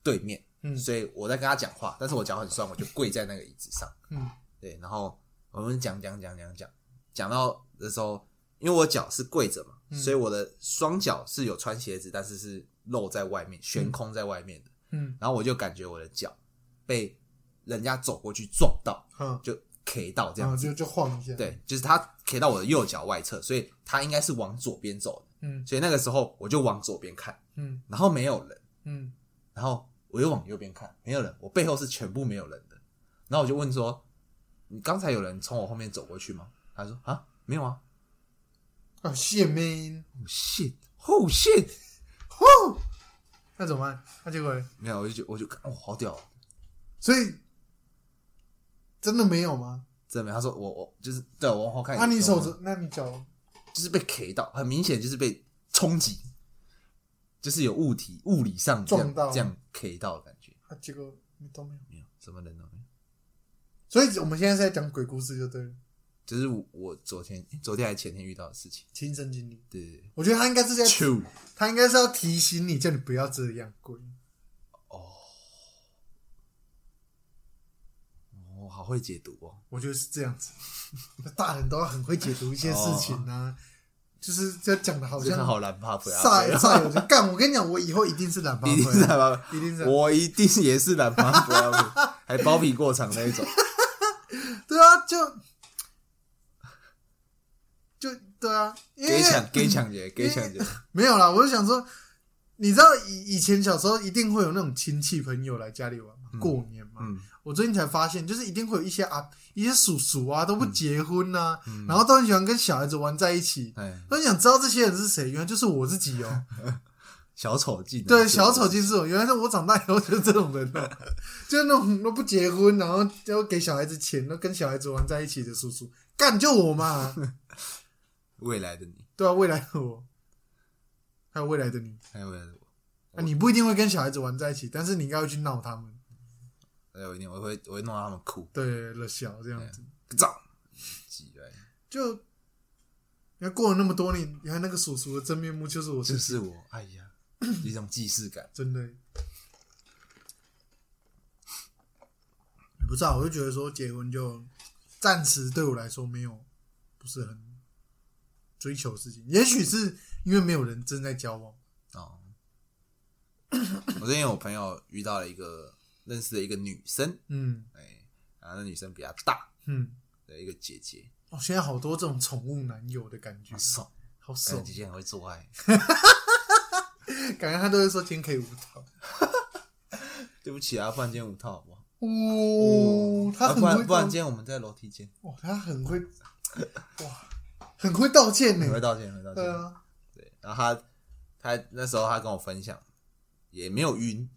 Speaker 1: 对面，
Speaker 4: 嗯
Speaker 1: 所以我在跟他讲话，但是我脚很酸，我就跪在那个椅子上，
Speaker 4: 嗯
Speaker 1: 对，然后我们讲讲讲讲讲，讲到的时候，因为我脚是跪着嘛，
Speaker 4: 嗯
Speaker 1: 所以我的双脚是有穿鞋子，但是是露在外面，悬空在外面的，
Speaker 4: 嗯
Speaker 1: 然后我就感觉我的脚被人家走过去撞到，
Speaker 4: 嗯，
Speaker 1: 就 K 到这
Speaker 4: 然
Speaker 1: 样
Speaker 4: 后
Speaker 1: 子，
Speaker 4: 就哦就晃一下，，
Speaker 1: 对，就是他 K 到我的右脚外侧，所以他应该是往左边走的，
Speaker 4: 嗯
Speaker 1: 所以那个时候我就往左边看，
Speaker 4: 嗯
Speaker 1: 然后没有人，
Speaker 4: 嗯
Speaker 1: 然后我又往右边看，没有人，我背后是全部没有人的。然后我就问说：“你刚才有人从我后面走过去吗？”他说：“啊，没有啊。
Speaker 4: 啊，谢妹，
Speaker 1: ”Oh shit！Oh shit！
Speaker 4: 呼，那怎么办？那结果嘞，
Speaker 1: 没有，我就觉我就看，哦，好屌、哦，
Speaker 4: 所以真的没有吗？
Speaker 1: 真的没有。他说我我就是对我往后看，
Speaker 4: 那啊你手
Speaker 1: 我
Speaker 4: 指，那你脚，
Speaker 1: 就是被 K 到，很明显就是被冲击，就是有物体物理上这样
Speaker 4: 撞到
Speaker 1: 这样 K 到的感觉，
Speaker 4: 啊，结果你都没有。
Speaker 1: 没有什么人都没有。
Speaker 4: 所以我们现在是在讲鬼故事，就对了，
Speaker 1: 就是我我昨天昨天还前天遇到的事情，
Speaker 4: 亲身经历。
Speaker 1: 对对对
Speaker 4: 我觉得他应该是在，
Speaker 1: ，True。
Speaker 4: 他应该是要提醒你，叫你不要这样跪。
Speaker 1: 我、好会解读哦，
Speaker 4: 我觉得是这样子，大人都要很会解读一些事情啊，就是这讲的好
Speaker 1: 我就
Speaker 4: 像
Speaker 1: 很哦好难怕不要。
Speaker 4: 晒晒，我就干。我跟你讲，我以后一定是 懒趴
Speaker 1: 啊一定是
Speaker 4: 回来，
Speaker 1: 蓝
Speaker 4: 一定是
Speaker 1: 方，我一定也是蓝方，不 要不要还包皮过长那一种。
Speaker 4: 对啊，就就对啊，因为
Speaker 1: 给抢给抢劫给抢劫，
Speaker 4: 没有啦，我就想说，你知道以以前小时候一定会有那种亲戚朋友来家里玩嘛，过年嘛，
Speaker 1: 嗯，
Speaker 4: 我最近才发现，就是一定会有一些啊，一些叔叔啊
Speaker 1: 嗯
Speaker 4: 都不结婚啊呐、然后都很喜欢跟小孩子玩在一起。
Speaker 1: 哎，
Speaker 4: 都很想知道这些人是谁，原来就是我自己哦。
Speaker 1: 小丑技能，
Speaker 4: 对，小丑就是我，原来是我长大以后就是这种人哦， 就是那种都不结婚，然后就给小孩子钱，都跟小孩子玩在一起的叔叔，干就我嘛。
Speaker 1: 未来的你，
Speaker 4: 对啊，未来的我，还有未来的你，
Speaker 1: 还哎有未来的我，
Speaker 4: 啊，你不一定会跟小孩子玩在一起，但是你应该会去闹他们，
Speaker 1: 还哎有一天我会我会弄到他们哭，
Speaker 4: 对了小这样子。
Speaker 1: 造，鸡来，
Speaker 4: 就你看过了那么多年，原来那个叔叔的真面目就是我自
Speaker 1: 这
Speaker 4: 己，
Speaker 1: 是我，哎呀，一种既视感。
Speaker 4: 真的。不知道，我就觉得说结婚就暂时对我来说没有不是很追求的事情，也许是因为没有人正在交往。
Speaker 1: 哦，我最近我朋友遇到了一个认识的一个女生，
Speaker 4: 嗯
Speaker 1: 哎，然后那女生比较大
Speaker 4: 嗯，
Speaker 1: 的一个姐姐，
Speaker 4: 哦，现在好多这种宠物男友的感觉
Speaker 1: 很，爽，
Speaker 4: 好
Speaker 1: 感
Speaker 4: 爽
Speaker 1: 觉，姐姐很会做爱，
Speaker 4: 感觉他都会说今天可以舞蹈。
Speaker 1: 对不起啊，不然今天五套好不好？
Speaker 4: 哦，他
Speaker 1: 啊
Speaker 4: 很
Speaker 1: 不
Speaker 4: 会
Speaker 1: 然不然
Speaker 4: 道
Speaker 1: 今天我们在楼梯间，
Speaker 4: 哇，他很会，哇，很会道歉
Speaker 1: 你会
Speaker 4: 呢。
Speaker 1: 道歉，你会道歉
Speaker 4: 嗯对。啊，
Speaker 1: 对，然后他他那时候他跟我分享，也没有晕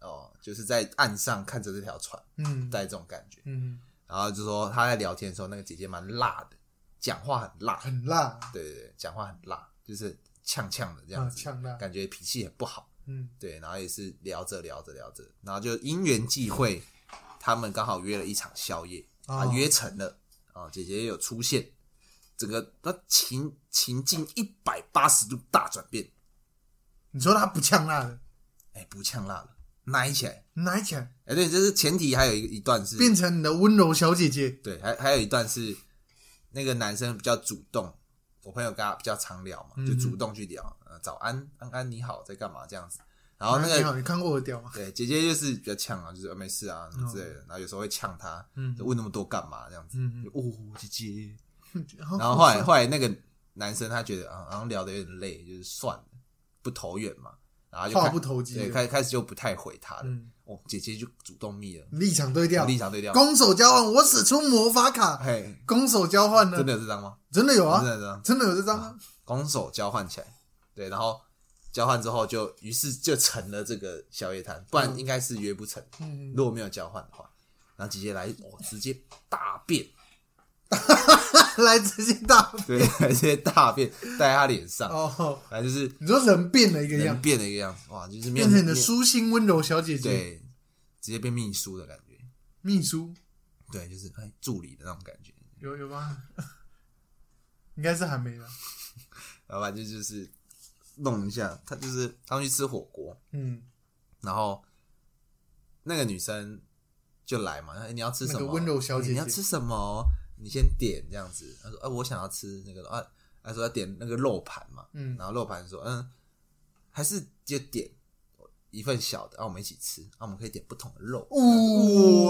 Speaker 1: 哦，就是在岸上看着这条船，
Speaker 4: 嗯，
Speaker 1: 带这种感觉。
Speaker 4: 嗯，
Speaker 1: 然后就说他在聊天的时候，那个姐姐蛮辣的，讲话很辣，
Speaker 4: 很辣，
Speaker 1: 对对对，讲话很辣，就是呛呛的这样
Speaker 4: 啊，
Speaker 1: 子，
Speaker 4: 呛辣，
Speaker 1: 感觉脾气很不好。
Speaker 4: 嗯
Speaker 1: 对，然后也是聊着聊着聊着，然后就因缘际会，他们刚好约了一场宵夜，啊，
Speaker 4: 哦
Speaker 1: 约成了，啊，姐姐也有出现，整个那情情境一百八十度大转变，
Speaker 4: 你说他不呛辣的，
Speaker 1: 哎，不呛辣了，奶起来，
Speaker 4: 拿起来
Speaker 1: 哎，对，这是前提，还有一一段是，
Speaker 4: 变成你的温柔小姐姐，
Speaker 1: 对，还还有一段是那个男生比较主动，我朋友跟他比较常聊嘛，就
Speaker 4: 嗯
Speaker 1: 主动去聊，呃，早安，安安你好，在干嘛这样子，然后
Speaker 4: 啊，
Speaker 1: 哦那
Speaker 4: 你
Speaker 1: 个
Speaker 4: 好，你看过我的屌吗？
Speaker 1: 对，姐姐就是比较呛啊，就是、呃没事啊什么之类的，然后有时候会呛她，
Speaker 4: 哦嗯
Speaker 1: 就问那么多干嘛这样子，
Speaker 4: 嗯
Speaker 1: 就哦姐姐。
Speaker 4: 然后
Speaker 1: 然后后来后来那个男生他觉得啊，好像聊的有点累，就是算了，不投缘嘛，然后就
Speaker 4: 话
Speaker 1: 开
Speaker 4: 不投机
Speaker 1: 对，
Speaker 4: 了
Speaker 1: 开开始就不太回他了。
Speaker 4: 嗯
Speaker 1: 哦，姐姐就主动密了，
Speaker 4: 立场对调，
Speaker 1: 立场对调，
Speaker 4: 攻守交换，我使出魔法卡，
Speaker 1: 嘿，
Speaker 4: 攻守交换呢？
Speaker 1: 真的有这张吗？
Speaker 4: 真的有啊
Speaker 1: 真，的有这张，
Speaker 4: 真的有这张啊，
Speaker 1: 拱手交换起来，对，然后交换之后就于是就成了这个小夜摊，不然应该是约不成。
Speaker 4: 嗯，
Speaker 1: 如果没有交换的话，然后直接来，哦，直接大便，
Speaker 4: 来直接大
Speaker 1: 对，直接大便在他脸上，
Speaker 4: 哦，
Speaker 1: 反正就是
Speaker 4: 你说人变了一个
Speaker 1: 人
Speaker 4: 样，
Speaker 1: 变了一个样子，哇，就是没有
Speaker 4: 变成你的
Speaker 1: 没有
Speaker 4: 舒心温柔小姐姐，
Speaker 1: 对，直接变秘书的感觉，
Speaker 4: 秘书
Speaker 1: 对，就是哎助理的那种感觉，
Speaker 4: 有有吗？ 应该是还没了。
Speaker 1: 然后反正就是弄一下，他就是他们去吃火锅，
Speaker 4: 嗯，
Speaker 1: 然后那个女生就来嘛，哎，你要吃什
Speaker 4: 那
Speaker 1: 么？
Speaker 4: 个温柔小姐姐
Speaker 1: 你要吃什么？你先点这样子。她说，哎、我想要吃那个，啊，她说要点那个肉盘嘛，
Speaker 4: 嗯
Speaker 1: 然后肉盘说，嗯，还是就点一份小的，啊，我们一起吃，啊，我们可以点不同的肉。
Speaker 4: 哦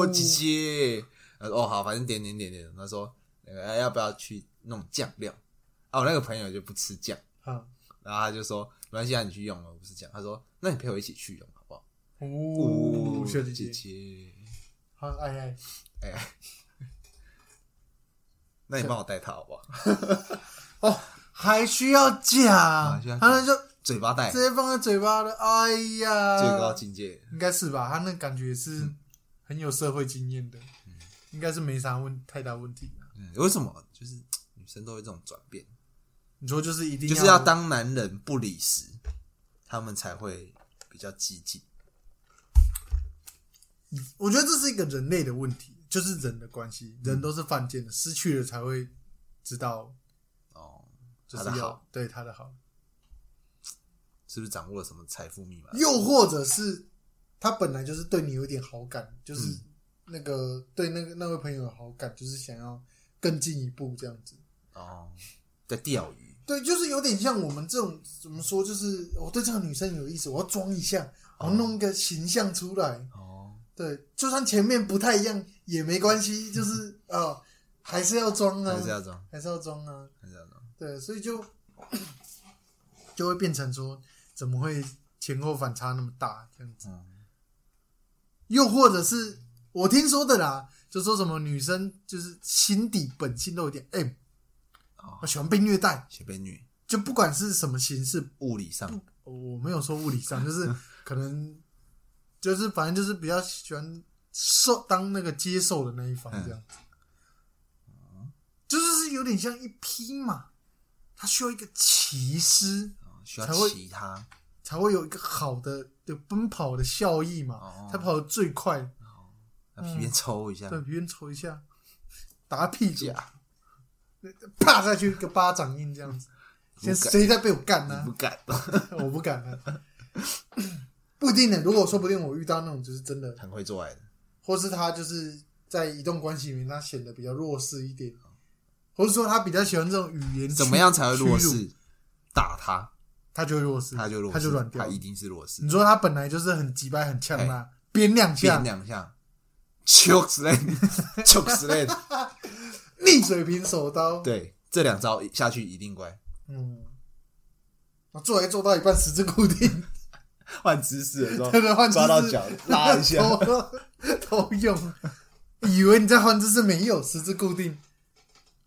Speaker 1: 哦，姐姐，她说哦好，反正点点点点，她说，那个哎要不要去弄酱料？啊，我那个朋友就不吃酱，
Speaker 4: 好，
Speaker 1: 然后他就说没关系啊，你去用了，我不是酱。他说，那你陪我一起去用好不好？
Speaker 4: 哦，小姐
Speaker 1: 姐
Speaker 4: 姐，
Speaker 1: 姐，
Speaker 4: 好，哎哎，
Speaker 1: 哎、 那你帮我戴套好不好？
Speaker 4: 哦，还需要讲
Speaker 1: 还需要，讲
Speaker 4: 他那就
Speaker 1: 嘴巴戴，
Speaker 4: 直
Speaker 1: 最
Speaker 4: 接放在嘴巴的，哎呀，
Speaker 1: 高嗯境界。
Speaker 4: 应该是吧？他那感觉是很有社会经验的，应该是没啥问太大问题的。啊
Speaker 1: 嗯，为什么就是女生都会这种转变？
Speaker 4: 你说就是一定
Speaker 1: 就是要当男人不理实，他们才会比较激进。
Speaker 4: 我觉得这是一个人类的问题，就是人的关系，
Speaker 1: 嗯
Speaker 4: 人都是犯贱的，失去了才会知道，
Speaker 1: 哦，
Speaker 4: 就
Speaker 1: 他
Speaker 4: 是
Speaker 1: 的
Speaker 4: 要
Speaker 1: 好
Speaker 4: 对他的好，
Speaker 1: 是不是掌握了什么财富密码？
Speaker 4: 又或者是他本来就是对你有点好感，
Speaker 1: 嗯
Speaker 4: 就是那个、对那个那位朋友有好感，就是想要更进一步这样子。
Speaker 1: 哦，在钓鱼。
Speaker 4: 对，就是有点像我们这种怎么说，就是我对这个女生有意思，我要装一下，我要弄一个形象出来。
Speaker 1: 哦，
Speaker 4: 对，就算前面不太一样也没关 系，就是啊、还是要装啊，
Speaker 1: 哦还是要装，
Speaker 4: 还是要装啊。
Speaker 1: 还是要装。
Speaker 4: 对，所以就 就会变成说，怎么会前后反差那么大这样子？
Speaker 1: 嗯，
Speaker 4: 又或者是我听说的啦，就说什么女生就是心底本性都有点 M，
Speaker 1: 哦
Speaker 4: 我，喜欢被虐待，
Speaker 1: 学被虐，
Speaker 4: 就不管是什么形式，
Speaker 1: 物理上
Speaker 4: 嗯哦我没有说物理上，就是可能就是反正就是比较喜欢受当那个接受的那一方这样子，就是是有点像一匹马，它需要一个骑师。
Speaker 1: 哦需要
Speaker 4: 才会
Speaker 1: 其他。
Speaker 4: 才会有一个好的的奔跑的效益嘛
Speaker 1: 哦，
Speaker 4: 才跑得最快。
Speaker 1: 那皮鞭抽一下，
Speaker 4: 嗯对，别人抽一下，打屁股，
Speaker 1: 假
Speaker 4: 啪下去一个巴掌印这样子。现在谁在被我干呢、
Speaker 1: 不 敢，
Speaker 4: 我不敢了。 不一定呢，如果说不定我遇到那种就是真的，
Speaker 1: 很会做爱的。
Speaker 4: 或是他就是在移动关系里面他显得比较弱势一点，啊或者说他比较喜欢这种语言，
Speaker 1: 怎么样才会弱
Speaker 4: 屈辱？
Speaker 1: 势？打他，
Speaker 4: 他就会弱势，
Speaker 1: 他就嗯弱势，
Speaker 4: 他就软掉
Speaker 1: 他。一定是弱势
Speaker 4: 你。说他本来就是很急掰很呛啦，鞭两下
Speaker 1: 变，两下，choke slam，choke slam，
Speaker 4: 逆水平手刀，
Speaker 1: 对，这两招下去一定乖，
Speaker 4: 嗯，我做还做到一半十字固定，
Speaker 1: 换姿势的时候
Speaker 4: 真的换姿势
Speaker 1: 抓到脚拉 一下，
Speaker 4: 头 头用，以为你在换姿势没有十字固定，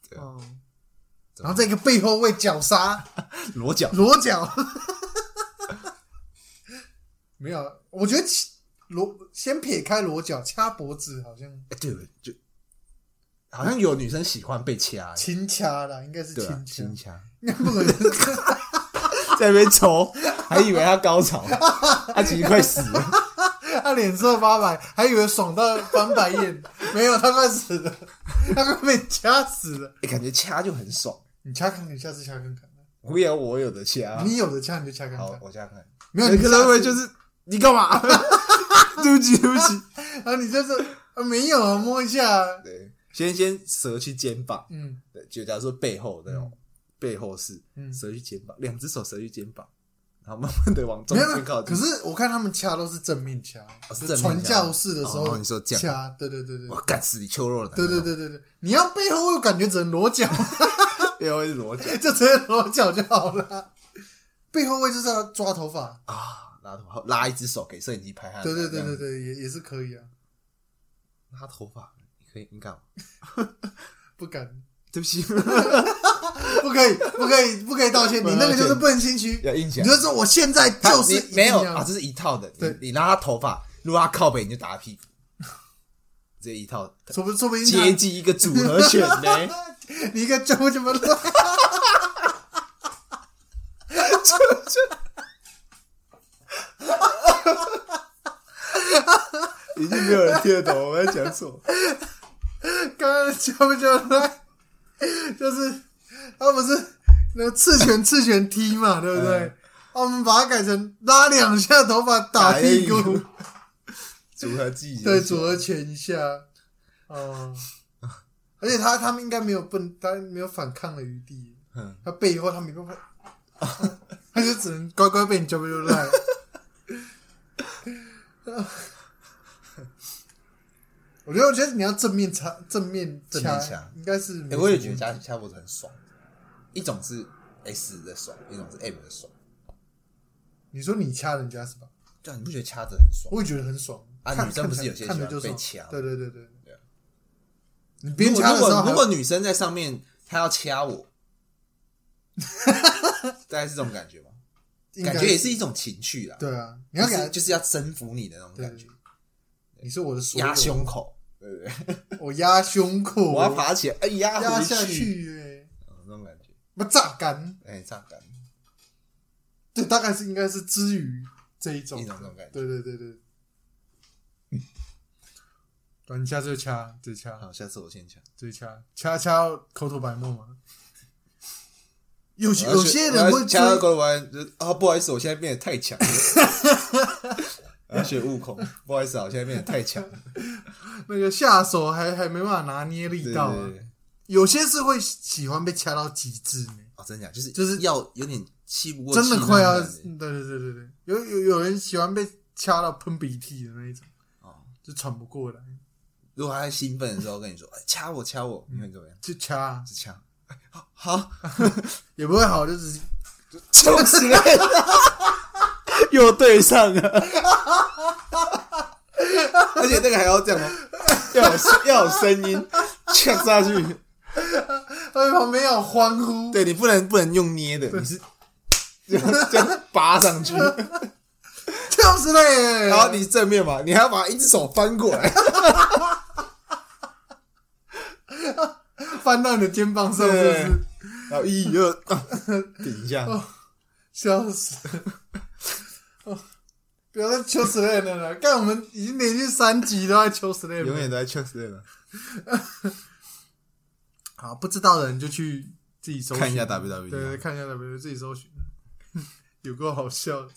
Speaker 1: 对
Speaker 4: 哦，
Speaker 1: 怎么
Speaker 4: 然后再一个背后位绞杀
Speaker 1: 裸脚，
Speaker 4: 裸脚，没有，我觉得其裸先撇开裸脚掐脖子好像
Speaker 1: 哎对，就好像有女生喜欢被掐，
Speaker 4: 轻掐啦，应该是
Speaker 1: 对啊，
Speaker 4: 轻
Speaker 1: 轻
Speaker 4: 掐，
Speaker 1: 掐，
Speaker 4: 应 该不可能是
Speaker 1: 在那边抽，还以为他高潮， 他其实快死了，
Speaker 4: 他脸色发白，还以为爽到翻 白眼，没有，他快死了，他快被掐死了。
Speaker 1: 哎感觉掐就很爽。
Speaker 4: 你掐看看，下次掐看看。
Speaker 1: 我有我有的掐，
Speaker 4: 你有的掐你就掐看
Speaker 1: 啊好
Speaker 4: 看，，
Speaker 1: 我掐看。
Speaker 4: 没有你
Speaker 1: 可
Speaker 4: 下
Speaker 1: 能
Speaker 4: 次
Speaker 1: 会就是你干 嘛？对不起，对不起。
Speaker 4: 啊，你就是啊没有啊，摸一下啊，
Speaker 1: 对，先先折去肩膀，
Speaker 4: 嗯，
Speaker 1: 对，就假如说背后那种背后式
Speaker 4: 嗯，
Speaker 1: 折去肩膀，两只手折去肩膀，然后慢慢的往中
Speaker 4: 没有没
Speaker 1: 间靠
Speaker 4: 有。
Speaker 1: 近。哦
Speaker 4: 可是我看他们掐都是正面掐，
Speaker 1: 是正面掐
Speaker 4: 传教士的时
Speaker 1: 哦
Speaker 4: 候，
Speaker 1: 哦你说这样
Speaker 4: 掐，对对对对
Speaker 1: 我。干死你秋肉了，
Speaker 4: 对对，对对对，你要背后我感觉只能裸脚，
Speaker 1: 背后是裸脚
Speaker 4: 就直接裸脚就好了。背后位就是要抓头发，
Speaker 1: 啊，拉头发，拉一只手给摄影机拍他。
Speaker 4: 对对对对
Speaker 1: 对，
Speaker 4: 对，也也是可以啊，
Speaker 1: 拉头发，你可以，你敢吗？
Speaker 4: 不敢，
Speaker 1: 对不起，
Speaker 4: 不可以，不可以，不可以道歉，
Speaker 1: 不
Speaker 4: 你
Speaker 1: 能
Speaker 4: 那个
Speaker 1: 道歉
Speaker 4: 就是不能心虚，
Speaker 1: 要硬起
Speaker 4: 你
Speaker 1: 来
Speaker 4: 就。说我现在
Speaker 1: 他
Speaker 4: 就是
Speaker 1: 你没有
Speaker 4: 一定要
Speaker 1: 啊，这是一套的。
Speaker 4: 对
Speaker 1: 你你拉他头发，如果他靠北，你就打他屁 股，这一套
Speaker 4: 说不说不定他
Speaker 1: 接近一个组合拳呢。
Speaker 4: 你个周怎么乱？
Speaker 1: 已经没有人听得懂我们 在讲什么。
Speaker 4: 刚刚周就乱，就是他不是那个刺拳刺拳踢嘛，对不对？啊我们把它改成拉两下头发打
Speaker 1: 打
Speaker 4: 屁
Speaker 1: 屁
Speaker 4: 股
Speaker 1: 股， 组合技巧
Speaker 4: 对，左右拳一下。哦，而且他他们应该没有笨，他没有反抗的余地。
Speaker 1: 嗯
Speaker 4: 他背以后他没办法，他就只能乖乖被你 W 赖。 我觉得，我觉得你要正面插，正面
Speaker 1: 正面
Speaker 4: 掐
Speaker 1: 掐，
Speaker 4: 应该是没
Speaker 1: 欸
Speaker 4: 什么
Speaker 1: 我
Speaker 4: 问题、
Speaker 1: 也觉得加加脖子很爽，一种是 S 的爽，一种是 M 的爽。
Speaker 4: 你说你掐人家是吧？
Speaker 1: 对啊，你不觉得掐着很爽？
Speaker 4: 我也觉得很爽
Speaker 1: 啊
Speaker 4: 看
Speaker 1: 女生不是有些
Speaker 4: 看着
Speaker 1: 喜欢
Speaker 4: 就
Speaker 1: 被
Speaker 4: 爽
Speaker 1: 掐
Speaker 4: 对对对对
Speaker 1: 对啊，
Speaker 4: 你
Speaker 1: 如
Speaker 4: 边
Speaker 1: 果
Speaker 4: 掐的
Speaker 1: 如
Speaker 4: 时候
Speaker 1: 果
Speaker 4: 还，
Speaker 1: 如果女生在上面，她要掐我， 大概是这种感觉吗？
Speaker 4: 应该
Speaker 1: 感觉也是一种情趣啦，
Speaker 4: 对啊，你
Speaker 1: 你
Speaker 4: 要给他
Speaker 1: 就是要征服你的那种
Speaker 4: 对
Speaker 1: 感
Speaker 4: 对
Speaker 1: 觉
Speaker 4: 对，你是我的所有
Speaker 1: 压，胸口，对不对？
Speaker 4: 我压胸口，
Speaker 1: 我要爬起来，哎，压回
Speaker 4: 压下
Speaker 1: 去，
Speaker 4: 去、欸，
Speaker 1: 嗯那种感觉，
Speaker 4: 不榨干，
Speaker 1: 哎，这样感觉，
Speaker 4: 对，大概是应该是之于这一种
Speaker 1: 一种这种感觉
Speaker 4: 对对对对。啊你下次就掐，直接掐，
Speaker 1: 好，下次我先抢。
Speaker 4: 直接掐，掐掐到口吐白沫嘛。有些
Speaker 1: 我要
Speaker 4: 有
Speaker 1: 去
Speaker 4: 些
Speaker 1: 我
Speaker 4: 人
Speaker 1: 要
Speaker 4: 会
Speaker 1: 掐到
Speaker 4: 追
Speaker 1: 国玩，就啊，不好意思，我现在变得太强了。 我要学悟空，不好意思啊，我现在变得太强了。
Speaker 4: 那个下手还还没办法拿捏力
Speaker 1: 对
Speaker 4: 道、啊，
Speaker 1: 对对对
Speaker 4: 有些是会喜欢被掐到极致呢，
Speaker 1: 哦，真的假的？就是
Speaker 4: 就是
Speaker 1: 要有点气不过气
Speaker 4: 真
Speaker 1: 那种感觉，
Speaker 4: 的快要，对对对对对，有有有人喜欢被掐到喷鼻涕的那一种，
Speaker 1: 哦，
Speaker 4: 就喘不过来，
Speaker 1: 如果他在兴奋的时候跟你说哎掐我掐我，你会怎么样？
Speaker 4: 就掐
Speaker 1: 是掐，哎好好，
Speaker 4: 也不会好，就只是
Speaker 1: 痛死了，又对上了，而且那个还要这样哦，要有要有声音掐下去，
Speaker 4: 他在哎旁边要欢呼，
Speaker 1: 对你不能不能用捏的，你是这样这样拔上 去，
Speaker 4: 跳死嘞！
Speaker 1: 然后你正面嘛，你还要把一只手翻过 来，
Speaker 4: 翻到你的肩膀上，是不
Speaker 1: 对
Speaker 4: 是？
Speaker 1: 然后一二 啊顶一下，
Speaker 4: 哦笑 死！哦，不要再求 slam 了啦，干我们已经连续三集都在求 slam，
Speaker 1: 永
Speaker 4: 了
Speaker 1: 远都在 c h e s 了。
Speaker 4: 好，不知道的人就去自己搜寻
Speaker 1: 看一下 WWE
Speaker 4: 哦对对，看一下 WWE，自己搜寻， 有够好笑的，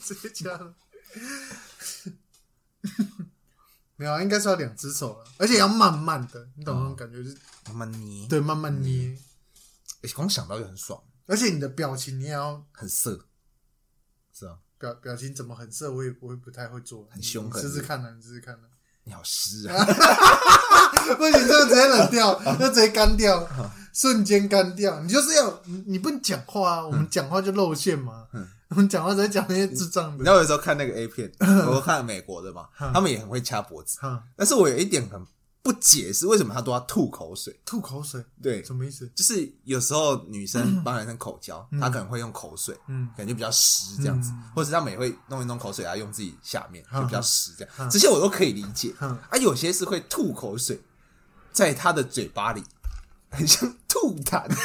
Speaker 4: 直接加了。 没有啊，应该是要两只手了，而且要慢慢的，你懂那种感觉？就是
Speaker 1: 慢慢捏，
Speaker 4: 对，慢慢捏，
Speaker 1: 欸光想到就很爽，
Speaker 4: 而且你的表情你也要
Speaker 1: 很色，是啊，
Speaker 4: 表表情怎么很色，我也我也不太会做，
Speaker 1: 很凶
Speaker 4: 你
Speaker 1: 狠
Speaker 4: 试试看啊，你试试看啊。
Speaker 1: 你好湿啊，
Speaker 4: 不行，这个直接冷 掉，就直接干掉，瞬间干掉。你就是要你你不能讲话啊，我们讲话就露馅嘛。
Speaker 1: 嗯
Speaker 4: 我们讲话只会讲那些智 障
Speaker 1: 你
Speaker 4: 的
Speaker 1: 知。道有时候看那个 A 片，我看美国的嘛，
Speaker 4: 嗯
Speaker 1: 他们也很会掐脖子，
Speaker 4: 哈，
Speaker 1: 但是我有一点很不解是为什么他都要吐口水，
Speaker 4: 吐口水，
Speaker 1: 对，
Speaker 4: 什么意思？
Speaker 1: 就是有时候女 生帮男生口交，
Speaker 4: 嗯
Speaker 1: 她可能会用口水，
Speaker 4: 嗯，
Speaker 1: 感觉比较湿这样子
Speaker 4: 嗯，
Speaker 1: 或者他们也会弄一弄口水啊，用自己下面
Speaker 4: 嗯
Speaker 1: 就比较湿这
Speaker 4: 嗯
Speaker 1: 样，这些我都可以理解，
Speaker 4: 嗯
Speaker 1: 啊，有些是会吐口水在他的嘴巴里， 很像吐痰。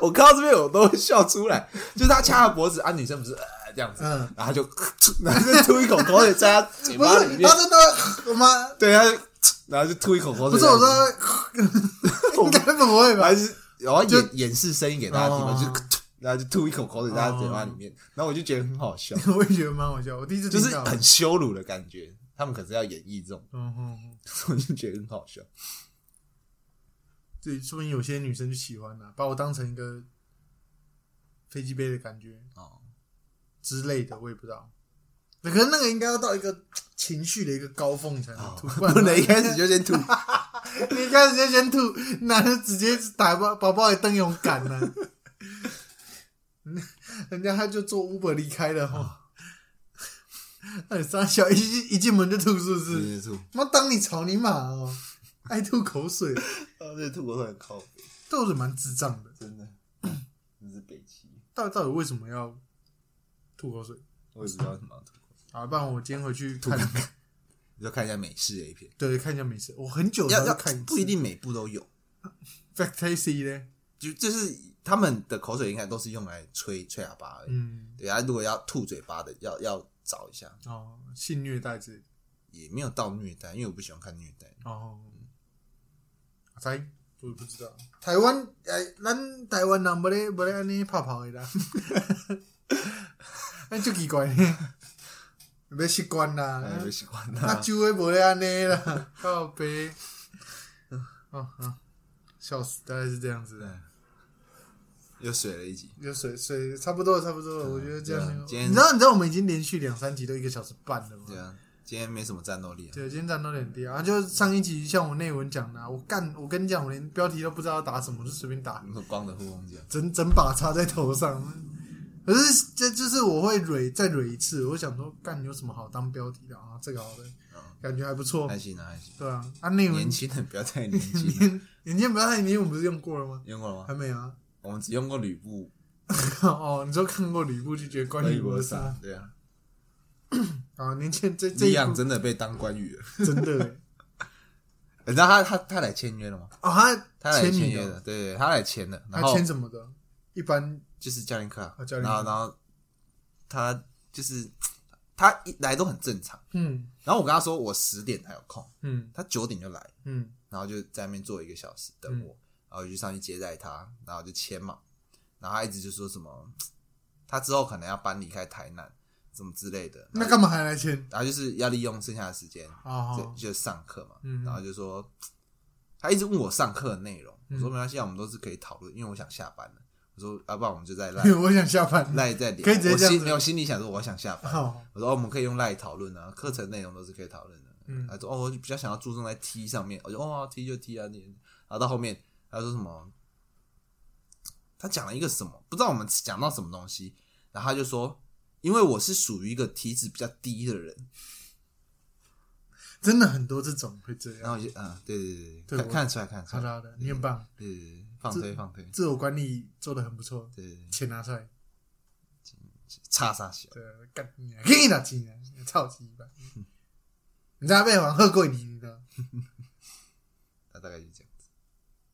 Speaker 1: 我看到这边我都会笑出来，就是他掐他脖子啊，女生不是呃这样子，
Speaker 4: 嗯
Speaker 1: 然后就 然后就吐一口口水在他嘴
Speaker 4: 不
Speaker 1: 巴里
Speaker 4: 是，
Speaker 1: 面
Speaker 4: 他，真的妈，
Speaker 1: 对，他就然后就吐一口口
Speaker 4: 不
Speaker 1: 水
Speaker 4: 是
Speaker 1: 这样
Speaker 4: 我
Speaker 1: 子，
Speaker 4: 说， 应该不会吧
Speaker 1: 还？是然后演演示声音给大家听嘛，
Speaker 4: 哦
Speaker 1: 就然后就吐一口口水在他嘴巴里面，然后我就觉得很好笑，
Speaker 4: 我也觉得蛮好笑，我第一次
Speaker 1: 就
Speaker 4: 听
Speaker 1: 是
Speaker 4: 到。
Speaker 1: 很羞辱的感觉。他们可是要演绎这种，
Speaker 4: 嗯哼哼，
Speaker 1: 我就觉得很好笑。
Speaker 4: 对，说明有些女生就喜欢啦，把我当成一个飞机杯的感觉。
Speaker 1: 哦，
Speaker 4: 之类的，我也不知道。可是那个应该要到一个情绪的一个高峰才能吐，
Speaker 1: 哦 不能一开始
Speaker 4: 就
Speaker 1: 就先 吐。
Speaker 4: 你一开始就先吐，那就直接打包宝宝的灯勇敢呢、 人家他就坐 Uber 离开了
Speaker 1: 哦
Speaker 4: 哈， 那你傻小一进一进门就吐是不 是？
Speaker 1: 接吐，
Speaker 4: 妈当你草泥马哦，爱吐口水，
Speaker 1: 啊，这吐口水很靠北，
Speaker 4: 豆子蛮智障的，
Speaker 1: 真的，真是北齐，
Speaker 4: 到底到底为什么要吐口水？
Speaker 1: 我也不知道为什么要吐口水。
Speaker 4: 好，不然我今天回去看，
Speaker 1: 你就看一下美式 A 片，
Speaker 4: 对，看一下美食。我很久
Speaker 1: 要
Speaker 4: 才
Speaker 1: 要
Speaker 4: 会看次
Speaker 1: 不一定每部都有，
Speaker 4: Factacy 呢？
Speaker 1: 就就是他们的口水应该都是用来吹吹喇叭而已。
Speaker 4: 嗯，
Speaker 1: 对啊，如果要吐嘴巴的，要要找一下，
Speaker 4: 哦，性虐待之类的。哦
Speaker 1: 也没有到虐待，因为我不喜欢看虐待。
Speaker 4: 哦，阿猜我也不知道。台湾哎，咱台湾人不咧不咧安尼拍跑的 啦，咱哎就奇 怪呢，要习惯啦。
Speaker 1: 哎，没喜欢
Speaker 4: 啊，
Speaker 1: 他。
Speaker 4: 酒诶无咧安尼啦，靠背。哦哦，笑死，大概是这样子的。
Speaker 1: 啊又水了一集，
Speaker 4: 有水水差不多了，差不多了。我觉得这样
Speaker 1: 对啊
Speaker 4: 没有，
Speaker 1: 今天
Speaker 4: 你知道你知道我们已经连续两三集都一个小时半了吗？
Speaker 1: 对啊，今天没什么战斗力啊。
Speaker 4: 对，今天战斗点低啊，就上一集像我内文讲的啊、我干，我跟你讲，我连标题都不知道要打什么，就随便打，
Speaker 1: 你说光的护工奖，
Speaker 4: 整整把插在头上。可是这就是我会蕊再蕊一次，我想说干有什么好当标题的啊？这个好的，
Speaker 1: 嗯，
Speaker 4: 感觉还不错
Speaker 1: 还，行啊，还行。
Speaker 4: 对啊。啊，内文
Speaker 1: 年轻人不要太年轻了，
Speaker 4: 年年轻不要太年轻，我们不是用过了吗？
Speaker 1: 用过了
Speaker 4: 还
Speaker 1: 吗？
Speaker 4: 没啊。
Speaker 1: 我们只用过吕布、
Speaker 4: 哦，你说看过哦吕布就觉得关羽谋杀
Speaker 1: 杀，对啊。
Speaker 4: 啊？年轻人这这
Speaker 1: 李
Speaker 4: 一
Speaker 1: 昂
Speaker 4: 部
Speaker 1: 真的被当关羽了，
Speaker 4: 真的欸
Speaker 1: 你知道他他他来签约了吗？
Speaker 4: 哦，他
Speaker 1: 他来签
Speaker 4: 你
Speaker 1: 约
Speaker 4: 哦
Speaker 1: 的，对对，他来签的，然
Speaker 4: 他
Speaker 1: 后
Speaker 4: 签什么的？一般
Speaker 1: 就是教练课啊
Speaker 4: 哦，教练
Speaker 1: 然
Speaker 4: 课
Speaker 1: 后然后他就是他一来都很正常，
Speaker 4: 嗯
Speaker 1: 然后我跟他说我十点才有空，
Speaker 4: 嗯
Speaker 1: 他九点就来，
Speaker 4: 嗯
Speaker 1: 然后就在那边坐一个小时等我，然后我就上去接待他，然后就签嘛，然后他一直就说什么他之后可能要搬离开台南，什么之类的，
Speaker 4: 那
Speaker 1: 嘛？
Speaker 4: 干嘛还来签？
Speaker 1: 然后就是要利用剩下的时间，
Speaker 4: 哦
Speaker 1: 就就上课嘛，
Speaker 4: 嗯
Speaker 1: 然后就说他一直问我上课的内容，我说
Speaker 4: 嗯
Speaker 1: 没关系，啊，我们都是可以讨论，因为我想下班了。我说啊要、不然我们就 在赖
Speaker 4: 因为我想下班。
Speaker 1: 赖再聊，
Speaker 4: 可以直接
Speaker 1: 我
Speaker 4: 这样
Speaker 1: 心
Speaker 4: 子
Speaker 1: 没有心里想说我想下班，
Speaker 4: 好，
Speaker 1: 我说、哦、我们可以用赖讨论啊，课程内容都是可以讨论的。
Speaker 4: 嗯
Speaker 1: 他说哦，我比较想要注重在 T 上面，我就哦 T 就 T 啊你，然后到后面他说什么，他讲了一个什么，不知道我们讲到什么东西，然后他就说，因为我是属于一个体脂比较低的人，
Speaker 4: 真的很多这种会这
Speaker 1: 然
Speaker 4: 样。
Speaker 1: 后我就嗯对对对对，
Speaker 4: 对
Speaker 1: 看
Speaker 4: 我
Speaker 1: 看得出来看得出
Speaker 4: 好
Speaker 1: 来
Speaker 4: 的，好的，你很棒，
Speaker 1: 对对对，放推放推，
Speaker 4: 自我管理做的很不错，
Speaker 1: 对对对，
Speaker 4: 钱拿出来，
Speaker 1: 差啥小，
Speaker 4: 对，干你啊，给你拿钱啊，操鸡巴！ 你在被王喝过你，你知道？
Speaker 1: 那大概就这样，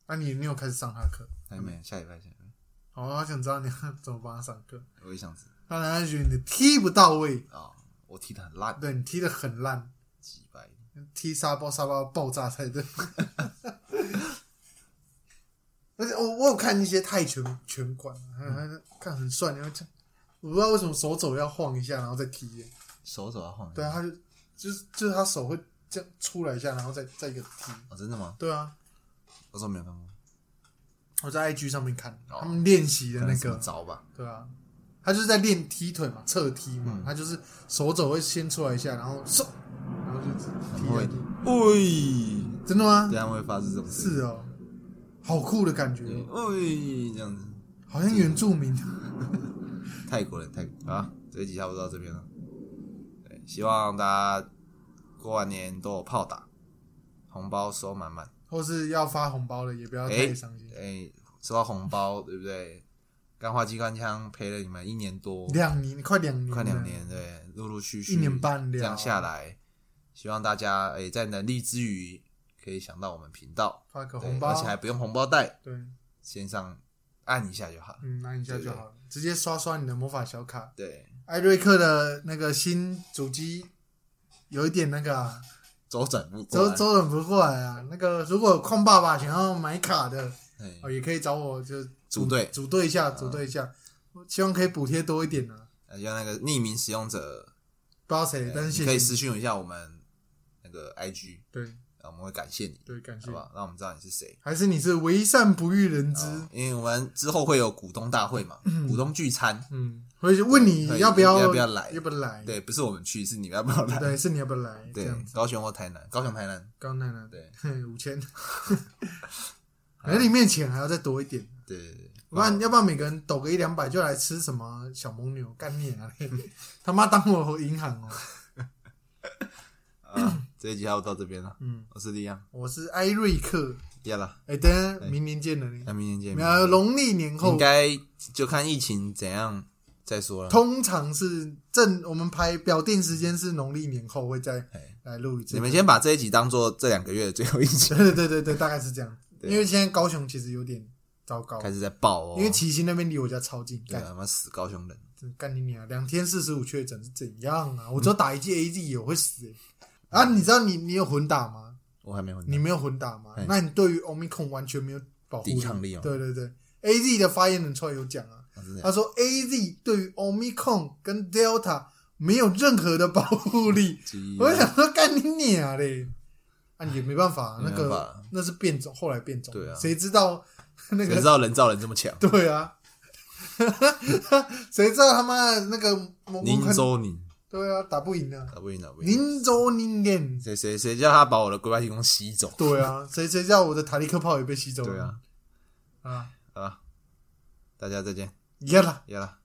Speaker 4: 啊，你你有开始上他的课？
Speaker 1: 还没下礼拜下礼拜，
Speaker 4: 好，我好想知道你要 怎么帮他上课，
Speaker 1: 我也想知
Speaker 4: 让大家觉得你的踢不到位，
Speaker 1: 啊，我踢的很烂，
Speaker 4: 对你踢的很烂，
Speaker 1: 几百，
Speaker 4: 踢沙包沙包爆炸才 对。而且哦我我有看一些泰拳拳馆，还
Speaker 1: 嗯
Speaker 4: 还看很帅，然后这样我不知道为什么手肘要晃一下，然后再踢耶。
Speaker 1: 手肘要晃一下，
Speaker 4: 对啊，他就就是就是他手会这样出来一下，然后再再一个踢。
Speaker 1: 哦真的吗？
Speaker 4: 对啊，
Speaker 1: 我说没有看过，
Speaker 4: 我在 IG 上面看
Speaker 1: 哦
Speaker 4: 他们练习的
Speaker 1: 可
Speaker 4: 那
Speaker 1: 能是
Speaker 4: 个，
Speaker 1: 着吧，
Speaker 4: 对啊，他就是在练踢腿嘛，侧踢嘛，
Speaker 1: 嗯
Speaker 4: 他就是手肘会先出来一下，然后手，然后就踢下
Speaker 1: 会
Speaker 4: 去。，
Speaker 1: 喂，
Speaker 4: 真的吗
Speaker 1: 对？他们会发出这种声音
Speaker 4: 是，哦，好酷的感觉哦，
Speaker 1: 对喂，这样子，
Speaker 4: 好像原住民。
Speaker 1: 泰国人泰国啊，这一集差不多到这边了，对，希望大家过完年都有炮打，红包收满满。
Speaker 4: 或是要发红包的，也不要太伤心。
Speaker 1: 哎、收到红包，对不对？钢化机关枪陪了你们一年多，
Speaker 4: 两年，快两年，
Speaker 1: 快两年，，对，陆陆续续
Speaker 4: 一年半了
Speaker 1: 这样下来，希望大家哎、在能力之余，可以想到我们频道，
Speaker 4: 发个
Speaker 1: 对，
Speaker 4: 红包，
Speaker 1: 而且还不用红包袋，
Speaker 4: 对，
Speaker 1: 线上按一下就好了。
Speaker 4: 嗯，拿一下就好了，直接刷刷你的魔法小卡。
Speaker 1: 对，
Speaker 4: 艾瑞克的那个新主机有一点那个、啊，
Speaker 1: 周转不过
Speaker 4: 周
Speaker 1: 来，
Speaker 4: 周转不过来啊。那个如果矿爸爸想要买卡的，
Speaker 1: 对
Speaker 4: 哦，也可以找我，就
Speaker 1: 哎组队，啊
Speaker 4: 组队一下，组队一下，我希望可以补贴多一点啊。
Speaker 1: 那就呃那个匿名使用者，哎
Speaker 4: 不知道谁，但是
Speaker 1: 你
Speaker 4: 谢
Speaker 1: 可以
Speaker 4: 谢
Speaker 1: 私
Speaker 4: 你。
Speaker 1: 信一下我们那个 IG，
Speaker 4: 对
Speaker 1: 我们会感谢你，
Speaker 4: 对，感谢
Speaker 1: 好。吧？让我们知道你是谁。
Speaker 4: 还是你是为善不欲人知，
Speaker 1: 哦因为我们之后会有股东大会嘛，股东聚餐，
Speaker 4: 嗯，会问你
Speaker 1: 对
Speaker 4: 要不要
Speaker 1: 要不要来
Speaker 4: 要不要来？
Speaker 1: 对，不是我们去，是你们要不要来？
Speaker 4: 对，是你要不要来？这
Speaker 1: 对
Speaker 4: 样，子，
Speaker 1: 高雄或台南，高雄、台南，
Speaker 4: 高奈奈
Speaker 1: 对
Speaker 4: 对， 五 千，可能里面钱还要再多一点，
Speaker 1: 对对对，
Speaker 4: 不然要不然每个人抖个一两百就来吃什么小蒙牛干面啊？ 他妈当我银行哦！
Speaker 1: 啊，这一集要到这边了，
Speaker 4: 嗯，
Speaker 1: 我是李阳，
Speaker 4: 我是艾瑞克，
Speaker 1: 呀啦，
Speaker 4: 哎，等一下明年见了你
Speaker 1: 那，明天见，
Speaker 4: 没有农历年后
Speaker 1: 应，该就看疫情怎样再说了。
Speaker 4: 通常是正我们排表定时间是农历年后会再
Speaker 1: 哎
Speaker 4: 来录一次
Speaker 1: 你。们先把这一集当做这两个月的最后一 集，
Speaker 4: 对对对对对，大概是这样。
Speaker 1: 对
Speaker 4: 因为现在高雄其实有点糟糕，
Speaker 1: 开始在爆哦，
Speaker 4: 因为齐星那边离我家超近，
Speaker 1: 对
Speaker 4: 干
Speaker 1: 啊他妈死高雄人，
Speaker 4: 真干你娘！两天四十五确
Speaker 1: 嗯
Speaker 4: 诊是怎样啊？我只要打一剂 A Z 我会死、欸、啊！你知道你你有混打吗？
Speaker 1: 我还没混到。
Speaker 4: 你没有混打嘛
Speaker 1: 哎？
Speaker 4: 那你对于 Omicron 完全没有保护
Speaker 1: 抵抗力哦
Speaker 4: 对对对，A Z 的发言人出来有讲啊，
Speaker 1: 啊真的假
Speaker 4: 他
Speaker 1: 的
Speaker 4: 说 A Z 对于 Omicron 跟 Delta 没有任何的保 护力。
Speaker 1: 鸡
Speaker 4: 我想说干你娘嘞！啊，也没办法，
Speaker 1: 没
Speaker 4: 那
Speaker 1: 办
Speaker 4: 个
Speaker 1: 法
Speaker 4: 那是变种，后来变种，
Speaker 1: 对啊
Speaker 4: 谁知道那
Speaker 1: 谁知
Speaker 4: 个？
Speaker 1: 道人造人这么强？
Speaker 4: 对啊，谁知道他妈的那个蘑菇
Speaker 1: 宁
Speaker 4: 坑？
Speaker 1: 州你
Speaker 4: 对啊，打不赢啊！
Speaker 1: 打不赢，打不赢。
Speaker 4: 宁州宁练，
Speaker 1: 谁谁谁叫他把我的龟派提供吸走？
Speaker 4: 对啊，谁谁叫我的塔利克炮也被吸走了？
Speaker 1: 对啊，
Speaker 4: 啊，
Speaker 1: 好了，大家再见，
Speaker 4: 一样啦。
Speaker 1: 耶啦。